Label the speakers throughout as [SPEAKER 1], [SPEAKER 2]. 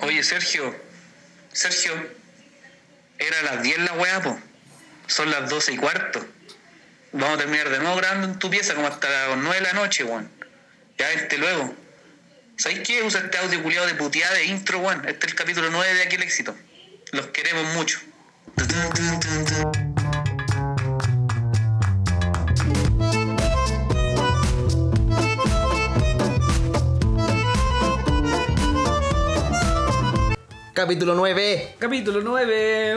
[SPEAKER 1] Oye, Sergio, Sergio, era las 10 la weá, po. Son las 12 y cuarto. Vamos a terminar de nuevo grabando en tu pieza como hasta las 9 de la noche, weón. Ya vente luego. ¿Sabéis qué? Usa este audio culiado de puteada de intro, weón. Este es el capítulo 9 de Aquí el éxito. Los queremos mucho.
[SPEAKER 2] Capítulo 9.
[SPEAKER 3] Capítulo 9.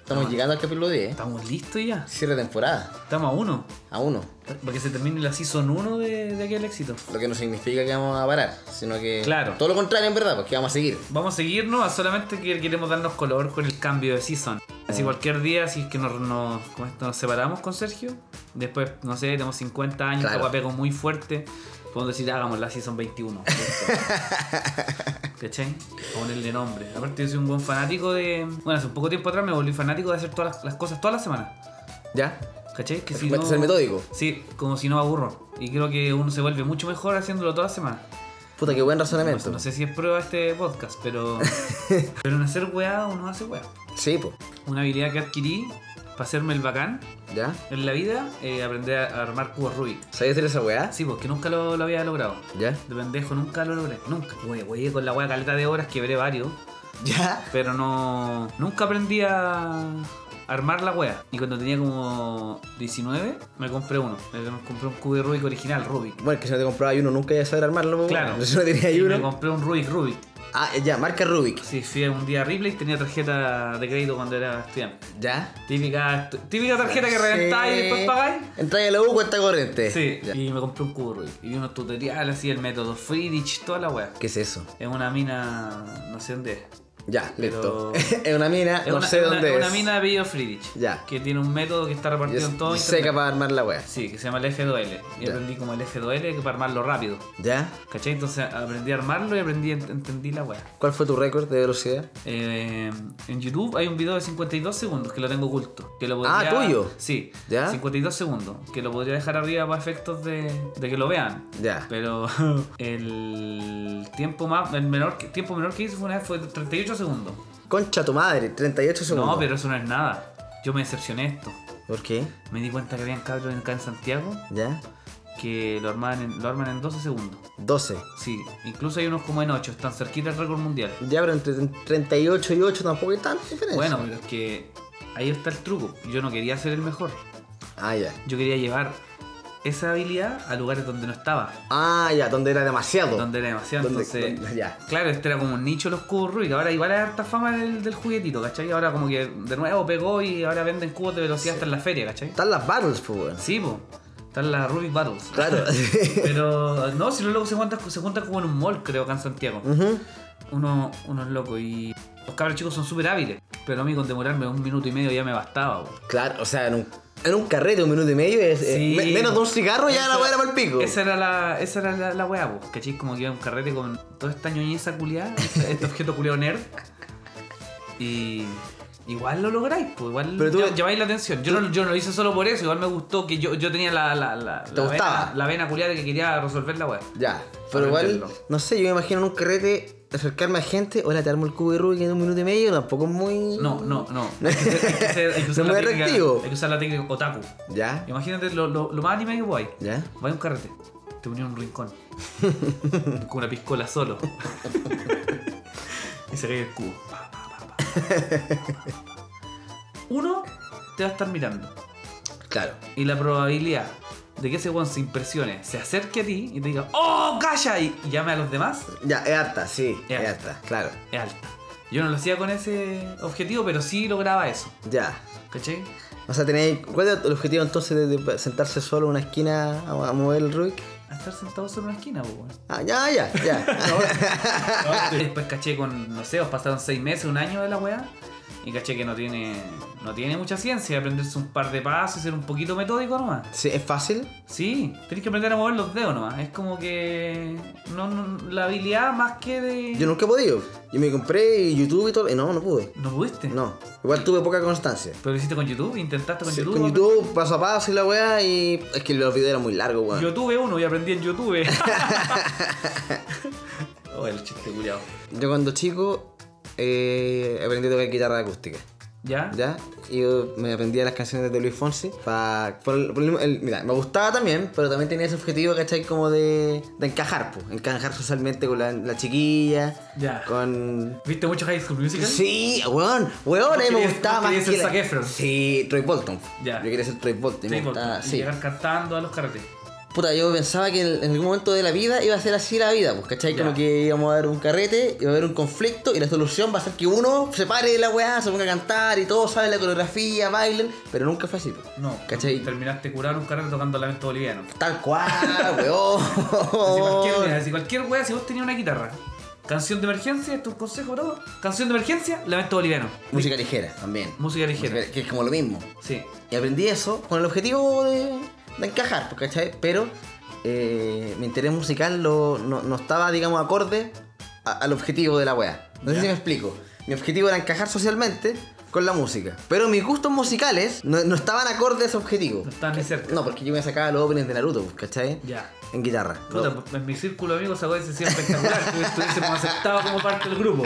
[SPEAKER 2] Estamos llegando al capítulo 10.
[SPEAKER 3] Estamos listos ya.
[SPEAKER 2] Cierre de temporada.
[SPEAKER 3] Estamos a uno.
[SPEAKER 2] A uno.
[SPEAKER 3] Para que se termine la season 1 de, de aquel éxito.
[SPEAKER 2] Lo que no significa que vamos a parar, sino que.
[SPEAKER 3] Claro.
[SPEAKER 2] Todo lo contrario, en verdad, porque vamos a seguir.
[SPEAKER 3] Vamos a seguirnos, a solamente que queremos darnos color con el cambio de season. Así cualquier día, si es que nos, nos, ¿cómo es? nos separamos con Sergio, después, no sé, tenemos 50 años,
[SPEAKER 2] Claro.
[SPEAKER 3] claro. pego muy fuerte, podemos decir, hagamos la season 21. ¿Cachai? Ponerle nombre. Aparte, yo soy un buen fanático de. Bueno, hace un poco tiempo atrás me volví fanático de hacer todas las, las cosas todas las semanas.
[SPEAKER 2] ¿Ya?
[SPEAKER 3] ¿Cachai? Que
[SPEAKER 2] Te fuiste a ser metódico.
[SPEAKER 3] Sí, como si no me aburro. Y creo que uno se vuelve mucho mejor haciéndolo todas las semanas.
[SPEAKER 2] Puta, qué buen
[SPEAKER 3] No,
[SPEAKER 2] razonamiento.
[SPEAKER 3] no sé si es prueba este podcast, pero. pero en hacer weá uno hace weá.
[SPEAKER 2] Sí, pues.
[SPEAKER 3] Una habilidad que adquirí para hacerme el bacán
[SPEAKER 2] ¿Ya?
[SPEAKER 3] en la vida, eh, aprender a armar cubos Rubik.
[SPEAKER 2] ¿Sabías hacer esa weá?
[SPEAKER 3] Sí, porque nunca lo, lo había logrado.
[SPEAKER 2] ¿Ya?
[SPEAKER 3] De pendejo nunca lo logré. Nunca. Güey, güey, con la weá caleta de horas quebré varios.
[SPEAKER 2] ¿Ya?
[SPEAKER 3] Pero no. Nunca aprendí a armar la wea. Y cuando tenía como 19, me compré uno. Me compré un cubo de Rubik original, Rubik.
[SPEAKER 2] Bueno, que si no te compraba uno nunca ibas a saber armarlo, po,
[SPEAKER 3] Claro.
[SPEAKER 2] weón. Si no tenías
[SPEAKER 3] Y me
[SPEAKER 2] uno.
[SPEAKER 3] compré un Rubik Rubik.
[SPEAKER 2] Ah, ya, marca Rubik.
[SPEAKER 3] Sí, fui a un día a Ripley y tenía tarjeta de crédito cuando era estudiante.
[SPEAKER 2] ¿Ya?
[SPEAKER 3] Típica, típica tarjeta que
[SPEAKER 2] Sí.
[SPEAKER 3] reventáis y después pagáis.
[SPEAKER 2] Entráis a la U cuenta corriente.
[SPEAKER 3] Sí,
[SPEAKER 2] Eh, Ya.
[SPEAKER 3] y me compré un cubo Rubik. Y unos tutoriales así, el método Friedrich, toda la wea.
[SPEAKER 2] ¿Qué es eso?
[SPEAKER 3] Es una mina, no sé dónde es.
[SPEAKER 2] Ya,
[SPEAKER 3] Pero-
[SPEAKER 2] listo. es una mina,
[SPEAKER 3] Es
[SPEAKER 2] no
[SPEAKER 3] una,
[SPEAKER 2] sé
[SPEAKER 3] es una-
[SPEAKER 2] dónde
[SPEAKER 3] es
[SPEAKER 2] es.
[SPEAKER 3] una mina de apellido Friedrich.
[SPEAKER 2] Ya.
[SPEAKER 3] Que tiene un método que está
[SPEAKER 2] Y
[SPEAKER 3] repartido en todo
[SPEAKER 2] es seca
[SPEAKER 3] internet.
[SPEAKER 2] para armar la weá.
[SPEAKER 3] Sí, que se llama el F2L. Y
[SPEAKER 2] Ya.
[SPEAKER 3] aprendí como el F2L que para armarlo rápido.
[SPEAKER 2] ¿Ya?
[SPEAKER 3] ¿Cachai? Entonces aprendí a armarlo y aprendí, ent- entendí la weá.
[SPEAKER 2] ¿Cuál fue tu récord de velocidad?
[SPEAKER 3] Eh, en YouTube hay un video de 52 segundos que lo tengo oculto. Que lo
[SPEAKER 2] Ah,
[SPEAKER 3] podría,
[SPEAKER 2] ¿tuyo?
[SPEAKER 3] Sí,
[SPEAKER 2] ¿Ya?
[SPEAKER 3] 52 segundos. Que lo podría dejar arriba para efectos de, de que lo vean.
[SPEAKER 2] Ya.
[SPEAKER 3] Pero el tiempo más el menor que- tiempo menor que hice fue una vez fue 38 segundos.
[SPEAKER 2] Concha tu madre, 38 segundos.
[SPEAKER 3] No, pero eso no es nada. Yo me decepcioné de esto.
[SPEAKER 2] ¿Por qué?
[SPEAKER 3] Me di cuenta que habían cabros acá en Santiago
[SPEAKER 2] ¿Ya?
[SPEAKER 3] que lo arman en, lo arman en 12 segundos.
[SPEAKER 2] 12.
[SPEAKER 3] Sí, incluso hay unos como en 8, están cerquita del récord mundial.
[SPEAKER 2] Ya, pero entre 38 y 8 tampoco hay tanta diferencia.
[SPEAKER 3] Bueno, pero es que ahí está el truco. Yo no quería ser el mejor.
[SPEAKER 2] Ah, ya.
[SPEAKER 3] Yo quería llevar esa habilidad a lugares donde no estaba.
[SPEAKER 2] Ah, ya, donde era demasiado.
[SPEAKER 3] Donde era demasiado,
[SPEAKER 2] Donde-
[SPEAKER 3] entonces...
[SPEAKER 2] donde- ya.
[SPEAKER 3] Claro, este era como un nicho de los cubos Rubik. Ahora igual hay harta fama del, del juguetito, ¿cachai? Ahora como que de nuevo pegó y ahora venden cubos de velocidad hasta en la feria, ¿cachai?
[SPEAKER 2] Están las battles, pues, weón.
[SPEAKER 3] Sí, po. Están las Rubik Battles.
[SPEAKER 2] Claro.
[SPEAKER 3] Pero no, si los locos se juntan, se juntan como en un mall, creo, acá en Santiago.
[SPEAKER 2] Ujú.
[SPEAKER 3] Uno- unos locos y los cabros chicos son súper hábiles. Pero a mí con demorarme un minuto y medio ya me bastaba. po.
[SPEAKER 2] Claro, o sea, en un, en un carrete, un minuto y medio, es, es-
[SPEAKER 3] Sí. pues,
[SPEAKER 2] me- menos de un cigarro ya
[SPEAKER 3] Esa-
[SPEAKER 2] la weá era para el pico.
[SPEAKER 3] Esa era la, esa era la, la weá, po, ¿cachai? Como que iba a un carrete con toda esta ñoñeza culiada, este este objeto culiado nerd. Y igual lo lográis, pues igual
[SPEAKER 2] Pero tú-
[SPEAKER 3] lla- llamáis la atención. Yo, no, yo no lo hice solo por eso, igual me gustó que yo, yo tenía la, la, la,
[SPEAKER 2] ¿Te
[SPEAKER 3] la
[SPEAKER 2] gustaba?
[SPEAKER 3] vena, la vena culiada de que quería resolver la weá.
[SPEAKER 2] Ya, pero igual,
[SPEAKER 3] Aprenderlo.
[SPEAKER 2] no sé, yo me imagino en un carrete acercarme a gente, hola, te armo el cubo de Rubik en un minuto y medio, tampoco es muy...
[SPEAKER 3] No, no, no. Hay que, ser- hay que ser- hay que usar
[SPEAKER 2] No
[SPEAKER 3] la
[SPEAKER 2] muy
[SPEAKER 3] técnica-
[SPEAKER 2] reactivo.
[SPEAKER 3] hay que usar la técnica otaku.
[SPEAKER 2] ¿Ya?
[SPEAKER 3] Imagínate lo, lo, lo más anime que hay.
[SPEAKER 2] ¿Ya?
[SPEAKER 3] Vaya a un carrete, te ponía en un rincón. con una piscola solo. y se cae el cubo. Pa, pa, pa, pa, pa, pa, pa. Uno te va a estar mirando.
[SPEAKER 2] Claro.
[SPEAKER 3] Y la probabilidad de que ese one se impresione, se acerque a ti y te diga, ¡Oh, calla! Y y llame a los demás,
[SPEAKER 2] Ya, es harta, sí,
[SPEAKER 3] Es
[SPEAKER 2] es
[SPEAKER 3] harta.
[SPEAKER 2] harta, claro.
[SPEAKER 3] es alta. Yo no lo hacía con ese objetivo, pero sí lograba eso.
[SPEAKER 2] Ya.
[SPEAKER 3] ¿Cachai?
[SPEAKER 2] O sea, tenéis. ¿Cuál es el objetivo entonces de, de sentarse solo en una esquina a, a mover el Rubik?
[SPEAKER 3] A estar sentado solo en una esquina, pues, weón.
[SPEAKER 2] Ah, ya, ya, ya.
[SPEAKER 3] Después caché con, no sé, os pasaron seis meses, un año de la weá. Y caché que no tiene, no tiene mucha ciencia. Aprenderse un par de pasos y ser un poquito metódico nomás.
[SPEAKER 2] Sí, ¿Es fácil?
[SPEAKER 3] Sí, tenés que aprender a mover los dedos nomás. Es como que. No, no- la habilidad más que de.
[SPEAKER 2] Yo nunca he podido. Yo me compré YouTube y todo. Y no, no pude.
[SPEAKER 3] ¿No pudiste?
[SPEAKER 2] No. Igual tuve poca constancia.
[SPEAKER 3] ¿Pero lo hiciste con YouTube? ¿Intentaste con
[SPEAKER 2] Sí,
[SPEAKER 3] YouTube?
[SPEAKER 2] Con YouTube, paso a paso y la weá. Y es que los videos eran muy largos, weón.
[SPEAKER 3] Yo tuve uno y aprendí en YouTube. oh, el chiste culiao.
[SPEAKER 2] Yo cuando chico eh, aprendí a tocar guitarra acústica.
[SPEAKER 3] ¿Ya?
[SPEAKER 2] ¿Ya? Y Yo me aprendía las canciones de Luis Fonsi. pa- por el- por el- el- mira, me gustaba también, pero también tenía ese objetivo, ¿cachai? Como de, de encajar, pues. Encajar socialmente con la, la chiquilla.
[SPEAKER 3] Ya.
[SPEAKER 2] Con.
[SPEAKER 3] ¿Viste mucho High School Musical?
[SPEAKER 2] Sí, weón, weón, a mí me
[SPEAKER 3] querías-
[SPEAKER 2] gustaba
[SPEAKER 3] vos
[SPEAKER 2] más.
[SPEAKER 3] querías
[SPEAKER 2] que
[SPEAKER 3] ser
[SPEAKER 2] la-
[SPEAKER 3] Zac Efron.
[SPEAKER 2] Sí, Troy Bolton.
[SPEAKER 3] Ya.
[SPEAKER 2] Yo quería ser Troy Bolton.
[SPEAKER 3] Sí,
[SPEAKER 2] me
[SPEAKER 3] porque-
[SPEAKER 2] gustaba,
[SPEAKER 3] y
[SPEAKER 2] sí.
[SPEAKER 3] llegar cantando a los carretes.
[SPEAKER 2] Puta, yo pensaba que en, en algún momento de la vida iba a ser así la vida, pues, ¿cachai?
[SPEAKER 3] Ya.
[SPEAKER 2] Como que íbamos a ver un carrete, iba a haber un conflicto y la solución va a ser que uno se pare de la weá, se ponga a cantar y todo, sabe la coreografía, bailen, pero nunca fue así, pues.
[SPEAKER 3] No.
[SPEAKER 2] ¿Cachai?
[SPEAKER 3] Terminaste curar un carrete tocando lamento boliviano.
[SPEAKER 2] Tal cual, Oh.
[SPEAKER 3] Si cualquier,
[SPEAKER 2] weón.
[SPEAKER 3] mira, si cualquier wea, si vos tenías una guitarra, canción de emergencia, esto es un consejo, bro. Canción de emergencia, lamento boliviano.
[SPEAKER 2] Música ligera también.
[SPEAKER 3] Música ligera.
[SPEAKER 2] Música- que es como lo mismo.
[SPEAKER 3] Sí.
[SPEAKER 2] Y aprendí eso con el objetivo de, de encajar, pues, ¿cachai? Pero eh, mi interés musical lo- no, no estaba, digamos, acorde a- al objetivo de la weá. No sé si me explico. Mi objetivo era encajar socialmente con la música. Pero mis gustos musicales no, no estaban acorde a ese objetivo.
[SPEAKER 3] No estás ni cerca.
[SPEAKER 2] No, porque yo me sacaba los openings de Naruto, pues, ¿cachai?
[SPEAKER 3] Ya.
[SPEAKER 2] En guitarra.
[SPEAKER 3] Puta, en mi círculo de amigos esa wea se hacía espectacular. que estuviésemos aceptados como parte del grupo.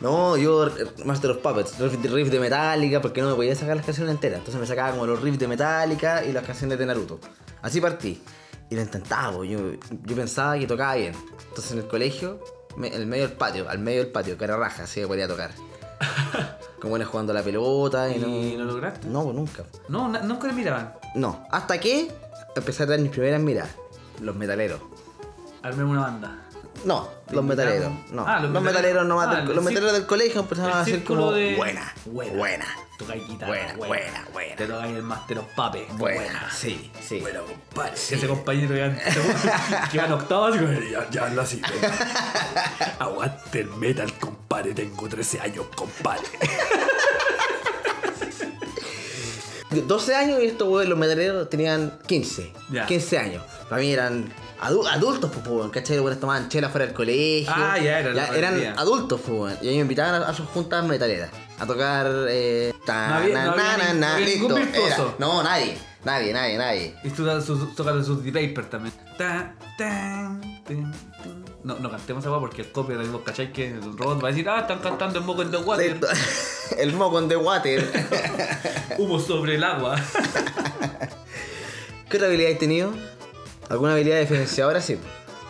[SPEAKER 2] No, yo eh, Master of Puppets, riff de, riff de Metallica, porque no me podía sacar las canciones enteras. Entonces me sacaba como los riffs de Metallica y las canciones de Naruto. Así partí. Y lo intentaba, po. yo, yo pensaba que tocaba bien. Entonces en el colegio, me- en el medio del patio, al medio del patio, cara raja, así que podía tocar. Como buenos jugando a la pelota y,
[SPEAKER 3] ¿Y
[SPEAKER 2] no.
[SPEAKER 3] lo lograste?
[SPEAKER 2] No, po, nunca.
[SPEAKER 3] No, na- nunca te miraban.
[SPEAKER 2] No. Hasta que empecé a traer mis primeras miradas. Los metaleros.
[SPEAKER 3] Armé una banda.
[SPEAKER 2] No, los
[SPEAKER 3] invitaron?
[SPEAKER 2] metaleros. No,
[SPEAKER 3] Ah,
[SPEAKER 2] los,
[SPEAKER 3] los
[SPEAKER 2] metaleros
[SPEAKER 3] metaleros.
[SPEAKER 2] nomás.
[SPEAKER 3] Ah,
[SPEAKER 2] del-
[SPEAKER 3] el
[SPEAKER 2] los metaleros
[SPEAKER 3] círculo-
[SPEAKER 2] del colegio empezaron a
[SPEAKER 3] el
[SPEAKER 2] hacer
[SPEAKER 3] círculo
[SPEAKER 2] como.
[SPEAKER 3] de-
[SPEAKER 2] Buena,
[SPEAKER 3] Buena.
[SPEAKER 2] buena,
[SPEAKER 3] Tocáis guitarra.
[SPEAKER 2] Buena, buena, buena.
[SPEAKER 3] Te tocáis el Master of Puppets.
[SPEAKER 2] buena. Sí, sí.
[SPEAKER 3] Bueno, compadre. Ese compañero ya que iba en octavos y como, ya, ya habla así. güey. Aguante el metal, compadre. Tengo 13 años, compadre.
[SPEAKER 2] 12 años y estos weones, los metaleros, tenían 15.
[SPEAKER 3] Ya.
[SPEAKER 2] 15 años. Para mí eran adu- adultos, pues, weón, ¿cachai? Los buenos tomaban chela fuera del colegio.
[SPEAKER 3] Ah, ya, era la mayoría.
[SPEAKER 2] eran adultos, pues, weón. Y ahí me invitaban a, a sus juntas metaleras. A tocar. Eh, ta-
[SPEAKER 3] No había-
[SPEAKER 2] na-
[SPEAKER 3] no había
[SPEAKER 2] na-
[SPEAKER 3] ni-
[SPEAKER 2] na-
[SPEAKER 3] no había
[SPEAKER 2] listo,
[SPEAKER 3] ningún virtuoso.
[SPEAKER 2] era. No, nadie. Nadie, nadie, nadie.
[SPEAKER 3] Y tú tocas sus, tocas sus D-Paper también. Tan, tan, tin, tin. No, no cantemos agua porque el copia de ¿cachai? Que el robot va a decir, ah, están cantando en moco en the water.
[SPEAKER 2] Listo. El moco de water.
[SPEAKER 3] Humo sobre el agua.
[SPEAKER 2] ¿Qué otra habilidad has tenido? ¿Alguna habilidad diferenciadora? Sí.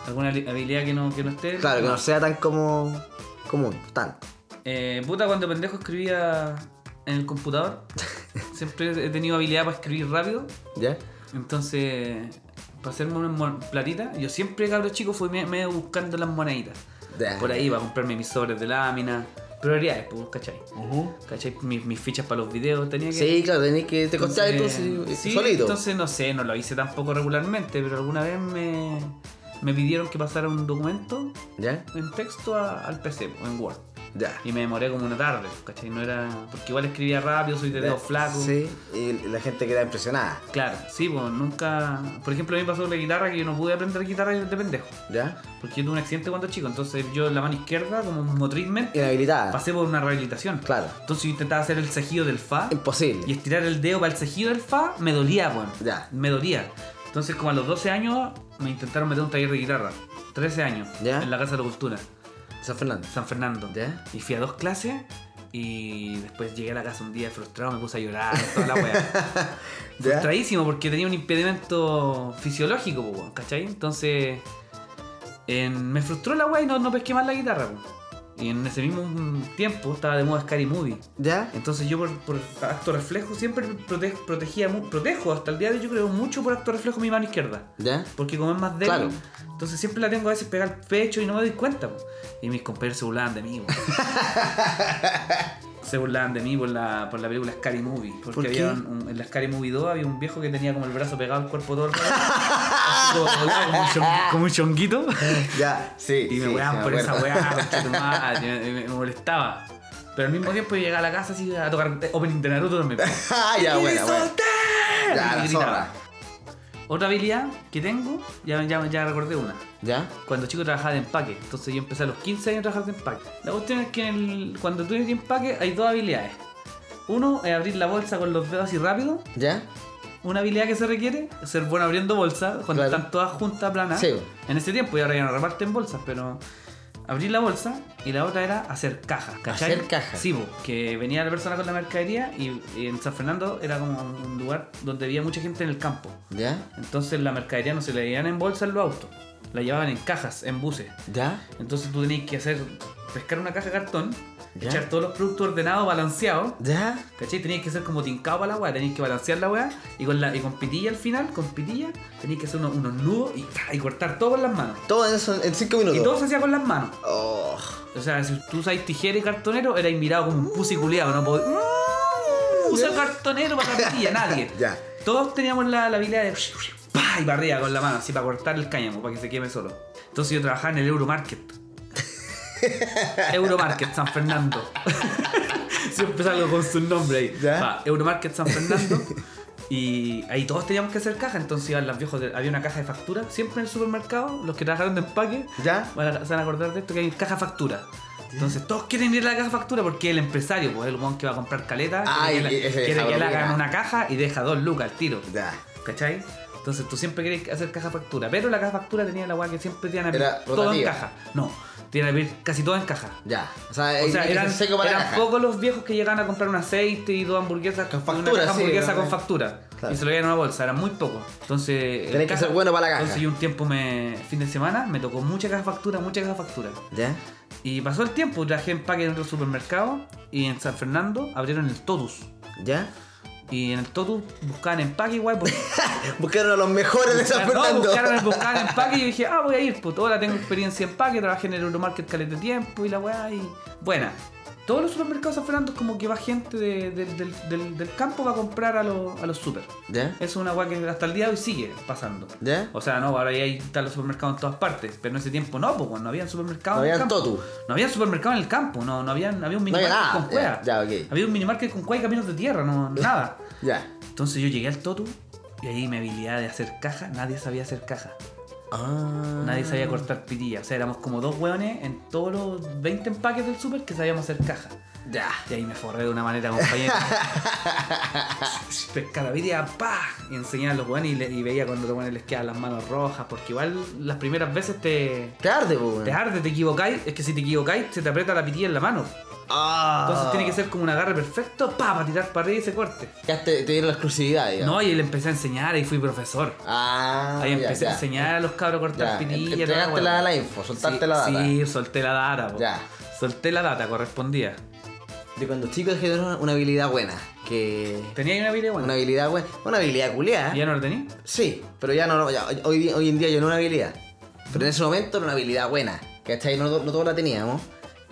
[SPEAKER 3] ¿Alguna li- habilidad que no, que no esté?
[SPEAKER 2] Claro, que no sea tan como común, tanto.
[SPEAKER 3] Eh, puta, cuando pendejo escribía en el computador, siempre he tenido habilidad para escribir rápido.
[SPEAKER 2] ¿Ya?
[SPEAKER 3] Entonces, para hacerme una mon- platita, yo siempre, cabros chicos, fui me- medio buscando las moneditas.
[SPEAKER 2] Ya.
[SPEAKER 3] Por ahí iba a comprarme mis sobres de lámina, prioridades, pues, ¿cachai? ¿Cachai? Mis, mis fichas para los videos tenía que.
[SPEAKER 2] Sí, claro, tenés que te costaba tú
[SPEAKER 3] Entonces,
[SPEAKER 2] sí,
[SPEAKER 3] sí,
[SPEAKER 2] eh, solito.
[SPEAKER 3] Entonces, no sé, no lo hice tampoco regularmente, pero alguna vez me, me pidieron que pasara un documento
[SPEAKER 2] ¿Ya?
[SPEAKER 3] en texto a- al PC, o en Word.
[SPEAKER 2] Ya.
[SPEAKER 3] Y me demoré como una tarde, pues, ¿cachai? No era. Porque igual escribía rápido, soy de dedos flacos.
[SPEAKER 2] Sí, y la gente queda impresionada.
[SPEAKER 3] Claro, sí, pues nunca. Por ejemplo, a mí me pasó con la guitarra que yo no pude aprender guitarra de pendejo.
[SPEAKER 2] ¿Ya?
[SPEAKER 3] Porque yo tuve un accidente cuando chico, entonces yo la mano izquierda, como motrizmente,
[SPEAKER 2] Inhabilitada.
[SPEAKER 3] pasé por una rehabilitación.
[SPEAKER 2] Ah. Claro.
[SPEAKER 3] Entonces yo intentaba hacer el cejido del fa y
[SPEAKER 2] Imposible.
[SPEAKER 3] estirar el dedo para el cejido del fa, me dolía, weón.
[SPEAKER 2] Ya.
[SPEAKER 3] Me dolía. Entonces, como a los 12 años, me intentaron meter un taller de guitarra. 13 años.
[SPEAKER 2] Ya.
[SPEAKER 3] En la Casa de la Cultura.
[SPEAKER 2] San Fernando.
[SPEAKER 3] San Fernando.
[SPEAKER 2] ¿Ya?
[SPEAKER 3] Y fui a dos clases y después llegué a la casa un día frustrado, me puse a llorar, toda la weá.
[SPEAKER 2] ¿Ya?
[SPEAKER 3] Frustradísimo porque tenía un impedimento fisiológico, po, weón, ¿cachai? Entonces en- me frustró la weá y no, no pesqué más la guitarra. po. Y en ese mismo mm, tiempo estaba de moda Scary Movie.
[SPEAKER 2] ¿Ya?
[SPEAKER 3] Entonces yo por, por acto reflejo siempre prote- protegía, mu- protejo hasta el día de hoy yo creo mucho por acto reflejo mi mano izquierda.
[SPEAKER 2] ¿Ya?
[SPEAKER 3] Porque como es más débil,
[SPEAKER 2] Claro.
[SPEAKER 3] entonces siempre la tengo a veces pegada al pecho y no me doy cuenta. po. Y mis compañeros se burlaban de mí. po. se burlaban de mí por la, por la película Scary Movie. Porque
[SPEAKER 2] ¿Por qué?
[SPEAKER 3] había un- un- en la Scary Movie 2 había un viejo que tenía como el brazo pegado al cuerpo todo el rato. Así como, como un chon- como un chonguito.
[SPEAKER 2] Ya, sí.
[SPEAKER 3] Y me
[SPEAKER 2] sí,
[SPEAKER 3] weaban
[SPEAKER 2] sí,
[SPEAKER 3] por
[SPEAKER 2] me
[SPEAKER 3] esa
[SPEAKER 2] acuerdo.
[SPEAKER 3] weá, conchetumadre, me, me- me molestaba. Pero al mismo tiempo yo llegaba a la casa así a tocar opening de Naruto también.
[SPEAKER 2] Ah, ya,
[SPEAKER 3] Y
[SPEAKER 2] buena, buena.
[SPEAKER 3] soltar.
[SPEAKER 2] Ya,
[SPEAKER 3] Y
[SPEAKER 2] la
[SPEAKER 3] gritaba.
[SPEAKER 2] zorra.
[SPEAKER 3] Otra habilidad que tengo, ya, ya, ya recordé una.
[SPEAKER 2] ¿Ya?
[SPEAKER 3] Cuando chico trabajaba de empaque, entonces yo empecé a los 15 años a trabajar de empaque. La cuestión es que en el- cuando tú eres de empaque hay dos habilidades. Uno es abrir la bolsa con los dedos así rápido.
[SPEAKER 2] ¿Ya?
[SPEAKER 3] Una habilidad que se requiere es ser bueno abriendo bolsas cuando
[SPEAKER 2] Claro.
[SPEAKER 3] están todas juntas planas.
[SPEAKER 2] Sí.
[SPEAKER 3] En ese tiempo y ahora ya no reparten bolsas, pero abrir la bolsa y la otra era hacer cajas, ¿cachai?
[SPEAKER 2] Hacer cajas.
[SPEAKER 3] Sí, po, que venía la persona con la mercadería y, y en San Fernando era como un lugar donde había mucha gente en el campo.
[SPEAKER 2] ¿Ya?
[SPEAKER 3] Entonces la mercadería no se la llevaban en bolsa en los autos, la llevaban en cajas, en buses.
[SPEAKER 2] ¿Ya?
[SPEAKER 3] Entonces tú tenías que hacer, pescar una caja de cartón,
[SPEAKER 2] Ya.
[SPEAKER 3] echar todos los productos ordenados, balanceados,
[SPEAKER 2] ¿Ya?
[SPEAKER 3] ¿Cachai? Tenías que ser como tincado para la weá, tenías que balancear la weá y con, la, y con pitilla al final, con pitilla, tenías que hacer unos, unos nudos y, ¡ta! y cortar todo con las manos.
[SPEAKER 2] Todo eso en 5 minutos.
[SPEAKER 3] Y todo se hacía con las manos.
[SPEAKER 2] Oh.
[SPEAKER 3] O sea, si tú usáis tijera y cartonero, erais mirado como un pussy culiado, no podías. Uh, Usa cartonero para la pitilla, nadie.
[SPEAKER 2] Ya.
[SPEAKER 3] Todos teníamos la, la habilidad de. ¡Pah! Y para arriba con la mano, así para cortar el cáñamo, para que se queme solo. Entonces yo trabajaba en el Euromarket. Euromarket San Fernando. Siempre salgo con su nombre ahí.
[SPEAKER 2] ¿Ya?
[SPEAKER 3] Va, Euromarket San Fernando. Y ahí todos teníamos que hacer caja, entonces iban los viejos. de- había una caja de factura, siempre en el supermercado, los que trabajaron de empaque,
[SPEAKER 2] ¿Ya?
[SPEAKER 3] van a- se van a acordar de esto que hay caja factura. Entonces todos quieren ir a la caja factura porque el empresario, pues el weón que va a comprar caleta,
[SPEAKER 2] Ay,
[SPEAKER 3] quiere que, la-
[SPEAKER 2] ese
[SPEAKER 3] quiere
[SPEAKER 2] deja
[SPEAKER 3] que le
[SPEAKER 2] dormir,
[SPEAKER 3] hagan
[SPEAKER 2] ah.
[SPEAKER 3] una caja y deja dos lucas al tiro.
[SPEAKER 2] Ya.
[SPEAKER 3] ¿Cachai? Entonces tú siempre querés hacer caja factura, pero la caja factura tenía la weá que siempre tenían a pedir
[SPEAKER 2] Era
[SPEAKER 3] todo en
[SPEAKER 2] rotativa.
[SPEAKER 3] caja. No, tenían a pedir casi todo en caja.
[SPEAKER 2] Ya. O sea,
[SPEAKER 3] O sea, eran,
[SPEAKER 2] seco para la
[SPEAKER 3] eran
[SPEAKER 2] caja.
[SPEAKER 3] pocos los viejos que llegaban a comprar un aceite y dos hamburguesas
[SPEAKER 2] Con
[SPEAKER 3] una
[SPEAKER 2] factura,
[SPEAKER 3] caja
[SPEAKER 2] sí,
[SPEAKER 3] hamburguesa
[SPEAKER 2] ¿no?
[SPEAKER 3] con factura.
[SPEAKER 2] Claro.
[SPEAKER 3] Y se lo llevan en una bolsa, eran muy pocos. Entonces.
[SPEAKER 2] Tenés que
[SPEAKER 3] caja-
[SPEAKER 2] ser bueno para la caja.
[SPEAKER 3] Entonces yo un tiempo me. fin de semana me tocó mucha caja factura, mucha caja factura.
[SPEAKER 2] ¿Ya?
[SPEAKER 3] Y pasó el tiempo, trabajé empaque en otro supermercado y en San Fernando abrieron el Totus.
[SPEAKER 2] ¿Ya?
[SPEAKER 3] Y en el Totus buscaban empaque igual porque
[SPEAKER 2] Buscaron a los mejores de San
[SPEAKER 3] no,
[SPEAKER 2] Fernando.
[SPEAKER 3] buscaron, buscaban empaque y yo dije, ah, voy a ir, puto, ahora tengo experiencia en empaque, trabajé en el Euromarket caleta de tiempo y la weá y. Buena. Todos los supermercados de San Fernando es como que va gente de- del- del, del- del campo va a comprar a, los- a los super.
[SPEAKER 2] ¿Ya?
[SPEAKER 3] Eso es una weá que hasta el día de hoy sigue pasando.
[SPEAKER 2] ¿Ya?
[SPEAKER 3] O sea, no, ahora ya hay- están los supermercados en todas partes, pero en ese tiempo no, pues no había supermercado
[SPEAKER 2] No
[SPEAKER 3] en el
[SPEAKER 2] habían
[SPEAKER 3] campo.
[SPEAKER 2] totu.
[SPEAKER 3] No había supermercado en el campo, no, no había, había un
[SPEAKER 2] No había
[SPEAKER 3] minimarket
[SPEAKER 2] nada.
[SPEAKER 3] con cueva.
[SPEAKER 2] Ya, ya, ok.
[SPEAKER 3] Había un minimarket con cueva y caminos de tierra, no, nada.
[SPEAKER 2] Ya.
[SPEAKER 3] Entonces yo llegué al Totu y ahí mi habilidad de hacer caja, nadie sabía hacer caja.
[SPEAKER 2] Ah.
[SPEAKER 3] Nadie sabía cortar pitilla. O sea, éramos como dos hueones en todos los 20 empaques del súper que sabíamos hacer caja.
[SPEAKER 2] Ya.
[SPEAKER 3] Y ahí me forré de una manera, compañero. Pescar la pitilla, pa Y enseñaba a los hueones y, le- y veía cuando los hueones les quedaban las manos rojas. Porque igual las primeras veces te,
[SPEAKER 2] Te arde, po, weón.
[SPEAKER 3] te arde, te equivocáis. Es que si te equivocáis, se te aprieta la pitilla en la mano.
[SPEAKER 2] Ah.
[SPEAKER 3] Entonces tiene que ser como un agarre perfecto, pa, para tirar para arriba y se corte.
[SPEAKER 2] Ya te, te dieron la exclusividad, digamos.
[SPEAKER 3] No, y le empecé a enseñar y fui profesor.
[SPEAKER 2] Ah.
[SPEAKER 3] Ahí
[SPEAKER 2] ya,
[SPEAKER 3] empecé
[SPEAKER 2] ya.
[SPEAKER 3] a enseñar a los cabros a
[SPEAKER 2] Ya.
[SPEAKER 3] cortar pitilla.
[SPEAKER 2] Entregaste
[SPEAKER 3] toda
[SPEAKER 2] la-
[SPEAKER 3] hueá.
[SPEAKER 2] la info, soltaste
[SPEAKER 3] sí,
[SPEAKER 2] la data.
[SPEAKER 3] Sí, solté la data. po.
[SPEAKER 2] Ya.
[SPEAKER 3] Solté la data, correspondía.
[SPEAKER 2] Yo cuando chico dejé de tener una, una habilidad buena. Que.
[SPEAKER 3] ¿Tenía ahí una habilidad buena?
[SPEAKER 2] Una habilidad buena. Una habilidad culiada.
[SPEAKER 3] ¿Ya no la tenía?
[SPEAKER 2] Sí, pero ya no, no, ya, hoy, día- hoy en día yo no una habilidad. Pero en ese momento era una habilidad buena. ¿Cachai? No, no todos la teníamos.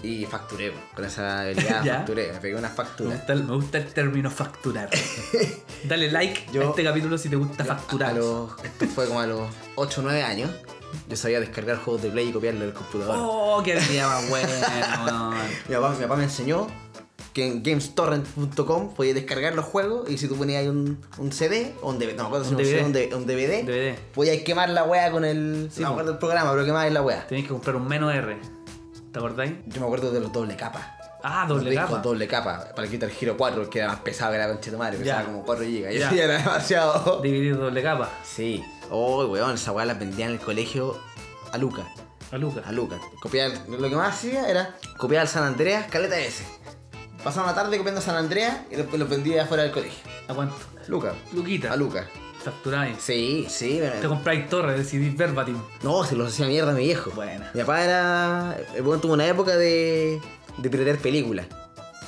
[SPEAKER 2] Y facturé, po. con esa habilidad
[SPEAKER 3] Ya.
[SPEAKER 2] facturé, me pegué una
[SPEAKER 3] Me
[SPEAKER 2] factura.
[SPEAKER 3] gusta, el, me gusta el término facturar. Dale like a
[SPEAKER 2] Yo-
[SPEAKER 3] este capítulo si te gusta
[SPEAKER 2] A
[SPEAKER 3] facturar.
[SPEAKER 2] los- esto fue como a los 8 o 9 años. Yo sabía descargar juegos de Play y copiarlo del computador.
[SPEAKER 3] Oh, qué habilidad más buena, weón.
[SPEAKER 2] Mi, papá, mi papá me enseñó que en gamestorrent.com podías descargar los juegos y si tú ponías ahí un, un CD o un DVD, no me acuerdo si
[SPEAKER 3] Un
[SPEAKER 2] era un CD,
[SPEAKER 3] DVD.
[SPEAKER 2] un D- un DVD,
[SPEAKER 3] DVD.
[SPEAKER 2] podías quemar la wea con el.
[SPEAKER 3] Sí,
[SPEAKER 2] no me
[SPEAKER 3] po.
[SPEAKER 2] acuerdo del programa, pero quemabas la wea.
[SPEAKER 3] Tenéis que comprar un menos R. ¿Te acordáis?
[SPEAKER 2] Yo me acuerdo de los doble capas.
[SPEAKER 3] Ah,
[SPEAKER 2] Los
[SPEAKER 3] doble
[SPEAKER 2] discos
[SPEAKER 3] capa.
[SPEAKER 2] doble capa. Para quitar el giro 4, que era más pesado que la concha de tu madre, pesaba
[SPEAKER 3] Ya.
[SPEAKER 2] como 4 gigas. Y
[SPEAKER 3] Ya.
[SPEAKER 2] sí, era demasiado.
[SPEAKER 3] Dividir doble capa.
[SPEAKER 2] Sí. Oh, weón, esa weá la vendían en el colegio a Lucas.
[SPEAKER 3] A Lucas.
[SPEAKER 2] A Lucas. Copiar, lo que más hacía era copiar al San Andreas, caleta de ese. Pasaba una tarde copiando San Andreas y después lo vendía afuera del colegio.
[SPEAKER 3] ¿A cuánto?
[SPEAKER 2] Lucas.
[SPEAKER 3] Luquita.
[SPEAKER 2] A Lucas.
[SPEAKER 3] Facturáis.
[SPEAKER 2] Sí, sí. me-
[SPEAKER 3] Te compráis torres, decidís verbatim.
[SPEAKER 2] No, se los hacía mierda a mi viejo.
[SPEAKER 3] Buena.
[SPEAKER 2] Mi papá era. El weón tuvo una época de. de piratear películas.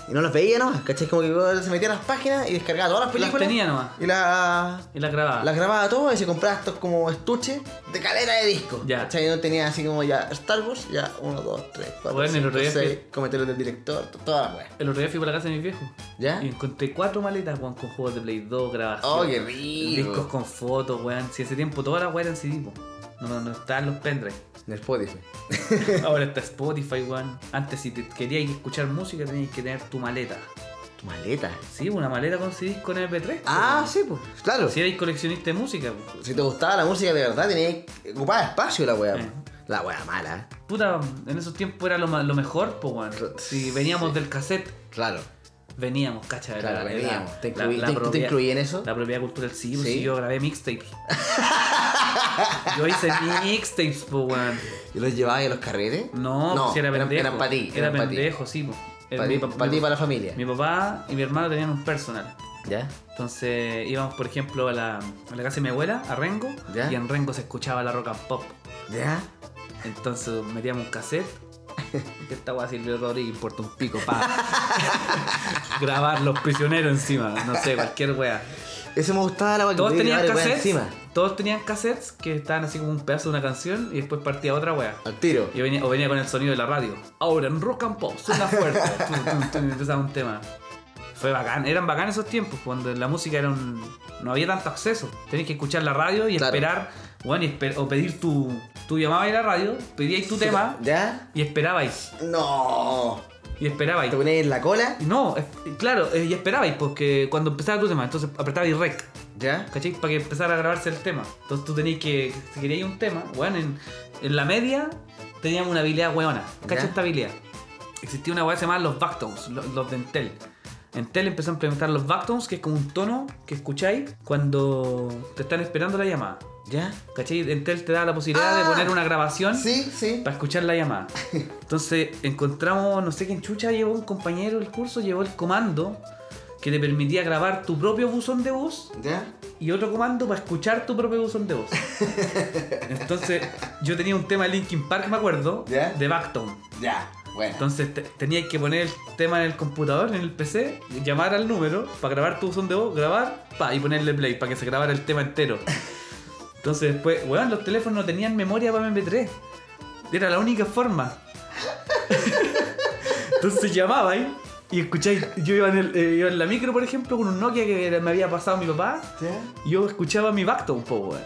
[SPEAKER 2] Y no las veía nomás, ¿cachai? Como que weón se metía a las páginas y descargaba todas las películas.
[SPEAKER 3] tenía nomás. Ah.
[SPEAKER 2] Y las.
[SPEAKER 3] Y la grababa.
[SPEAKER 2] Las grababa todas y se compraba estos como estuches de caleta de disco.
[SPEAKER 3] Ya.
[SPEAKER 2] ¿Cachai? No tenía así como ya Star Wars, ya 1, 2, 3, 4,
[SPEAKER 3] Bueno, el
[SPEAKER 2] 5,
[SPEAKER 3] otro día
[SPEAKER 2] 6,
[SPEAKER 3] fui-
[SPEAKER 2] comentarios del director, to- toda la wea.
[SPEAKER 3] El otro día fui para la casa de mis viejos.
[SPEAKER 2] ¿Ya?
[SPEAKER 3] Y encontré cuatro maletas, weón, con juegos de Play 2, grabación.
[SPEAKER 2] Oh, qué rico.
[SPEAKER 3] Discos con fotos, weón. Si ese tiempo toda la weá era en CD, po. No, no, no estaban los pendrives.
[SPEAKER 2] En Spotify.
[SPEAKER 3] Ahora está Spotify, weón. Antes, si te querías escuchar música, tenías que tener tu maleta.
[SPEAKER 2] Tu maleta.
[SPEAKER 3] Sí, una maleta con CDs con MP3.
[SPEAKER 2] Ah,
[SPEAKER 3] weón.
[SPEAKER 2] sí, pues. Claro.
[SPEAKER 3] Si eres coleccionista de música, pues.
[SPEAKER 2] Si te gustaba la música de verdad, tenías que ocupar espacio la weá.
[SPEAKER 3] Eh.
[SPEAKER 2] La weá mala.
[SPEAKER 3] Puta, en esos tiempos era lo, ma- lo mejor, pues, weón. Si veníamos del cassette,
[SPEAKER 2] Claro.
[SPEAKER 3] veníamos, cacha. de
[SPEAKER 2] Claro,
[SPEAKER 3] la- de
[SPEAKER 2] veníamos.
[SPEAKER 3] la-
[SPEAKER 2] ¿Te
[SPEAKER 3] la-
[SPEAKER 2] incluí-
[SPEAKER 3] la
[SPEAKER 2] te- te
[SPEAKER 3] propiedad-
[SPEAKER 2] incluí en eso?
[SPEAKER 3] La propiedad cultural, sí, pues,
[SPEAKER 2] Sí.
[SPEAKER 3] sí, yo grabé mixtapes. yo hice mixtapes, pues, weón.
[SPEAKER 2] ¿Y los llevabas a los carretes?
[SPEAKER 3] No, pues, era
[SPEAKER 2] eran,
[SPEAKER 3] pendejo.
[SPEAKER 2] eran para ti.
[SPEAKER 3] Era
[SPEAKER 2] eran pa' ti.
[SPEAKER 3] pendejo, sí, pues. Era
[SPEAKER 2] Pa' ti,
[SPEAKER 3] mi
[SPEAKER 2] pa'
[SPEAKER 3] pap-
[SPEAKER 2] ti,
[SPEAKER 3] mi-
[SPEAKER 2] para la familia.
[SPEAKER 3] Mi papá y mi hermano tenían un personal.
[SPEAKER 2] ¿Ya?
[SPEAKER 3] Entonces íbamos, por ejemplo, a la, a la casa de mi abuela, a Rengo,
[SPEAKER 2] Ya.
[SPEAKER 3] y en Rengo se escuchaba la rock and pop.
[SPEAKER 2] ¿Ya?
[SPEAKER 3] Entonces metíamos un cassette. Que esta weá Silvio Rodríguez importa un pico para grabar los prisioneros encima. No sé, cualquier weá.
[SPEAKER 2] Ese me gustaba la weá que
[SPEAKER 3] Todos
[SPEAKER 2] podía
[SPEAKER 3] tenían
[SPEAKER 2] llevar weá
[SPEAKER 3] cassettes.
[SPEAKER 2] encima.
[SPEAKER 3] Todos tenían cassettes que estaban así como un pedazo de una canción y después partía otra weá.
[SPEAKER 2] Al tiro.
[SPEAKER 3] Y venía, o venía con el sonido de la radio. Ahora en rock and pop, suena fuerte. Tum, tum, tum, y empezaba un tema. Fue bacán, eran bacán esos tiempos, cuando la música era un. no había tanto acceso. Tenías que escuchar la radio y
[SPEAKER 2] Claro.
[SPEAKER 3] esperar, bueno, y esper- o pedir tu. Tú llamabas a la radio, pedíais tu tema
[SPEAKER 2] ¿Ya?
[SPEAKER 3] y esperabais.
[SPEAKER 2] No.
[SPEAKER 3] Y
[SPEAKER 2] ¿Te
[SPEAKER 3] esperabais.
[SPEAKER 2] ponías en la cola?
[SPEAKER 3] No, es- claro, eh, y esperabais, porque cuando empezaba tu tema, entonces apretabais rec.
[SPEAKER 2] ¿Ya?
[SPEAKER 3] ¿Cachai? Para que empezara a grabarse el tema. Entonces tú tenías que. Si querías un tema, weón, en, en la media teníamos una habilidad weona. ¿Cachai
[SPEAKER 2] Ya.
[SPEAKER 3] esta habilidad? Existía una weá que se llamaba los backtones, los, los de Entel. Entel empezó a implementar los backtones, que es como un tono que escucháis cuando te están esperando la llamada.
[SPEAKER 2] ¿Ya?
[SPEAKER 3] ¿Cachai? Entel te da la posibilidad de
[SPEAKER 2] Ah.
[SPEAKER 3] poner una grabación
[SPEAKER 2] Sí, sí.
[SPEAKER 3] para escuchar la llamada. Entonces encontramos, no sé quién chucha llevó un compañero del curso, llevó el comando que te permitía grabar tu propio buzón de voz
[SPEAKER 2] ¿Ya?
[SPEAKER 3] y otro comando para escuchar tu propio buzón de voz. Entonces, yo tenía un tema de Linkin Park, me acuerdo,
[SPEAKER 2] ¿Ya?
[SPEAKER 3] de Backtone.
[SPEAKER 2] Ya. Bueno.
[SPEAKER 3] Entonces, te- tenías que poner el tema en el computador, en el PC, llamar al número para grabar tu buzón de voz, grabar, pa, y ponerle play para que se grabara el tema entero. Entonces, después, weón, los teléfonos no tenían memoria para MP3. Era la única forma. Entonces llamaba ahí y escucháis. Yo iba en, el- eh, iba en la micro, por ejemplo, con un Nokia que era- me había pasado mi papá.
[SPEAKER 2] ¿Ya?
[SPEAKER 3] Yo escuchaba mi Backtone, po, weón.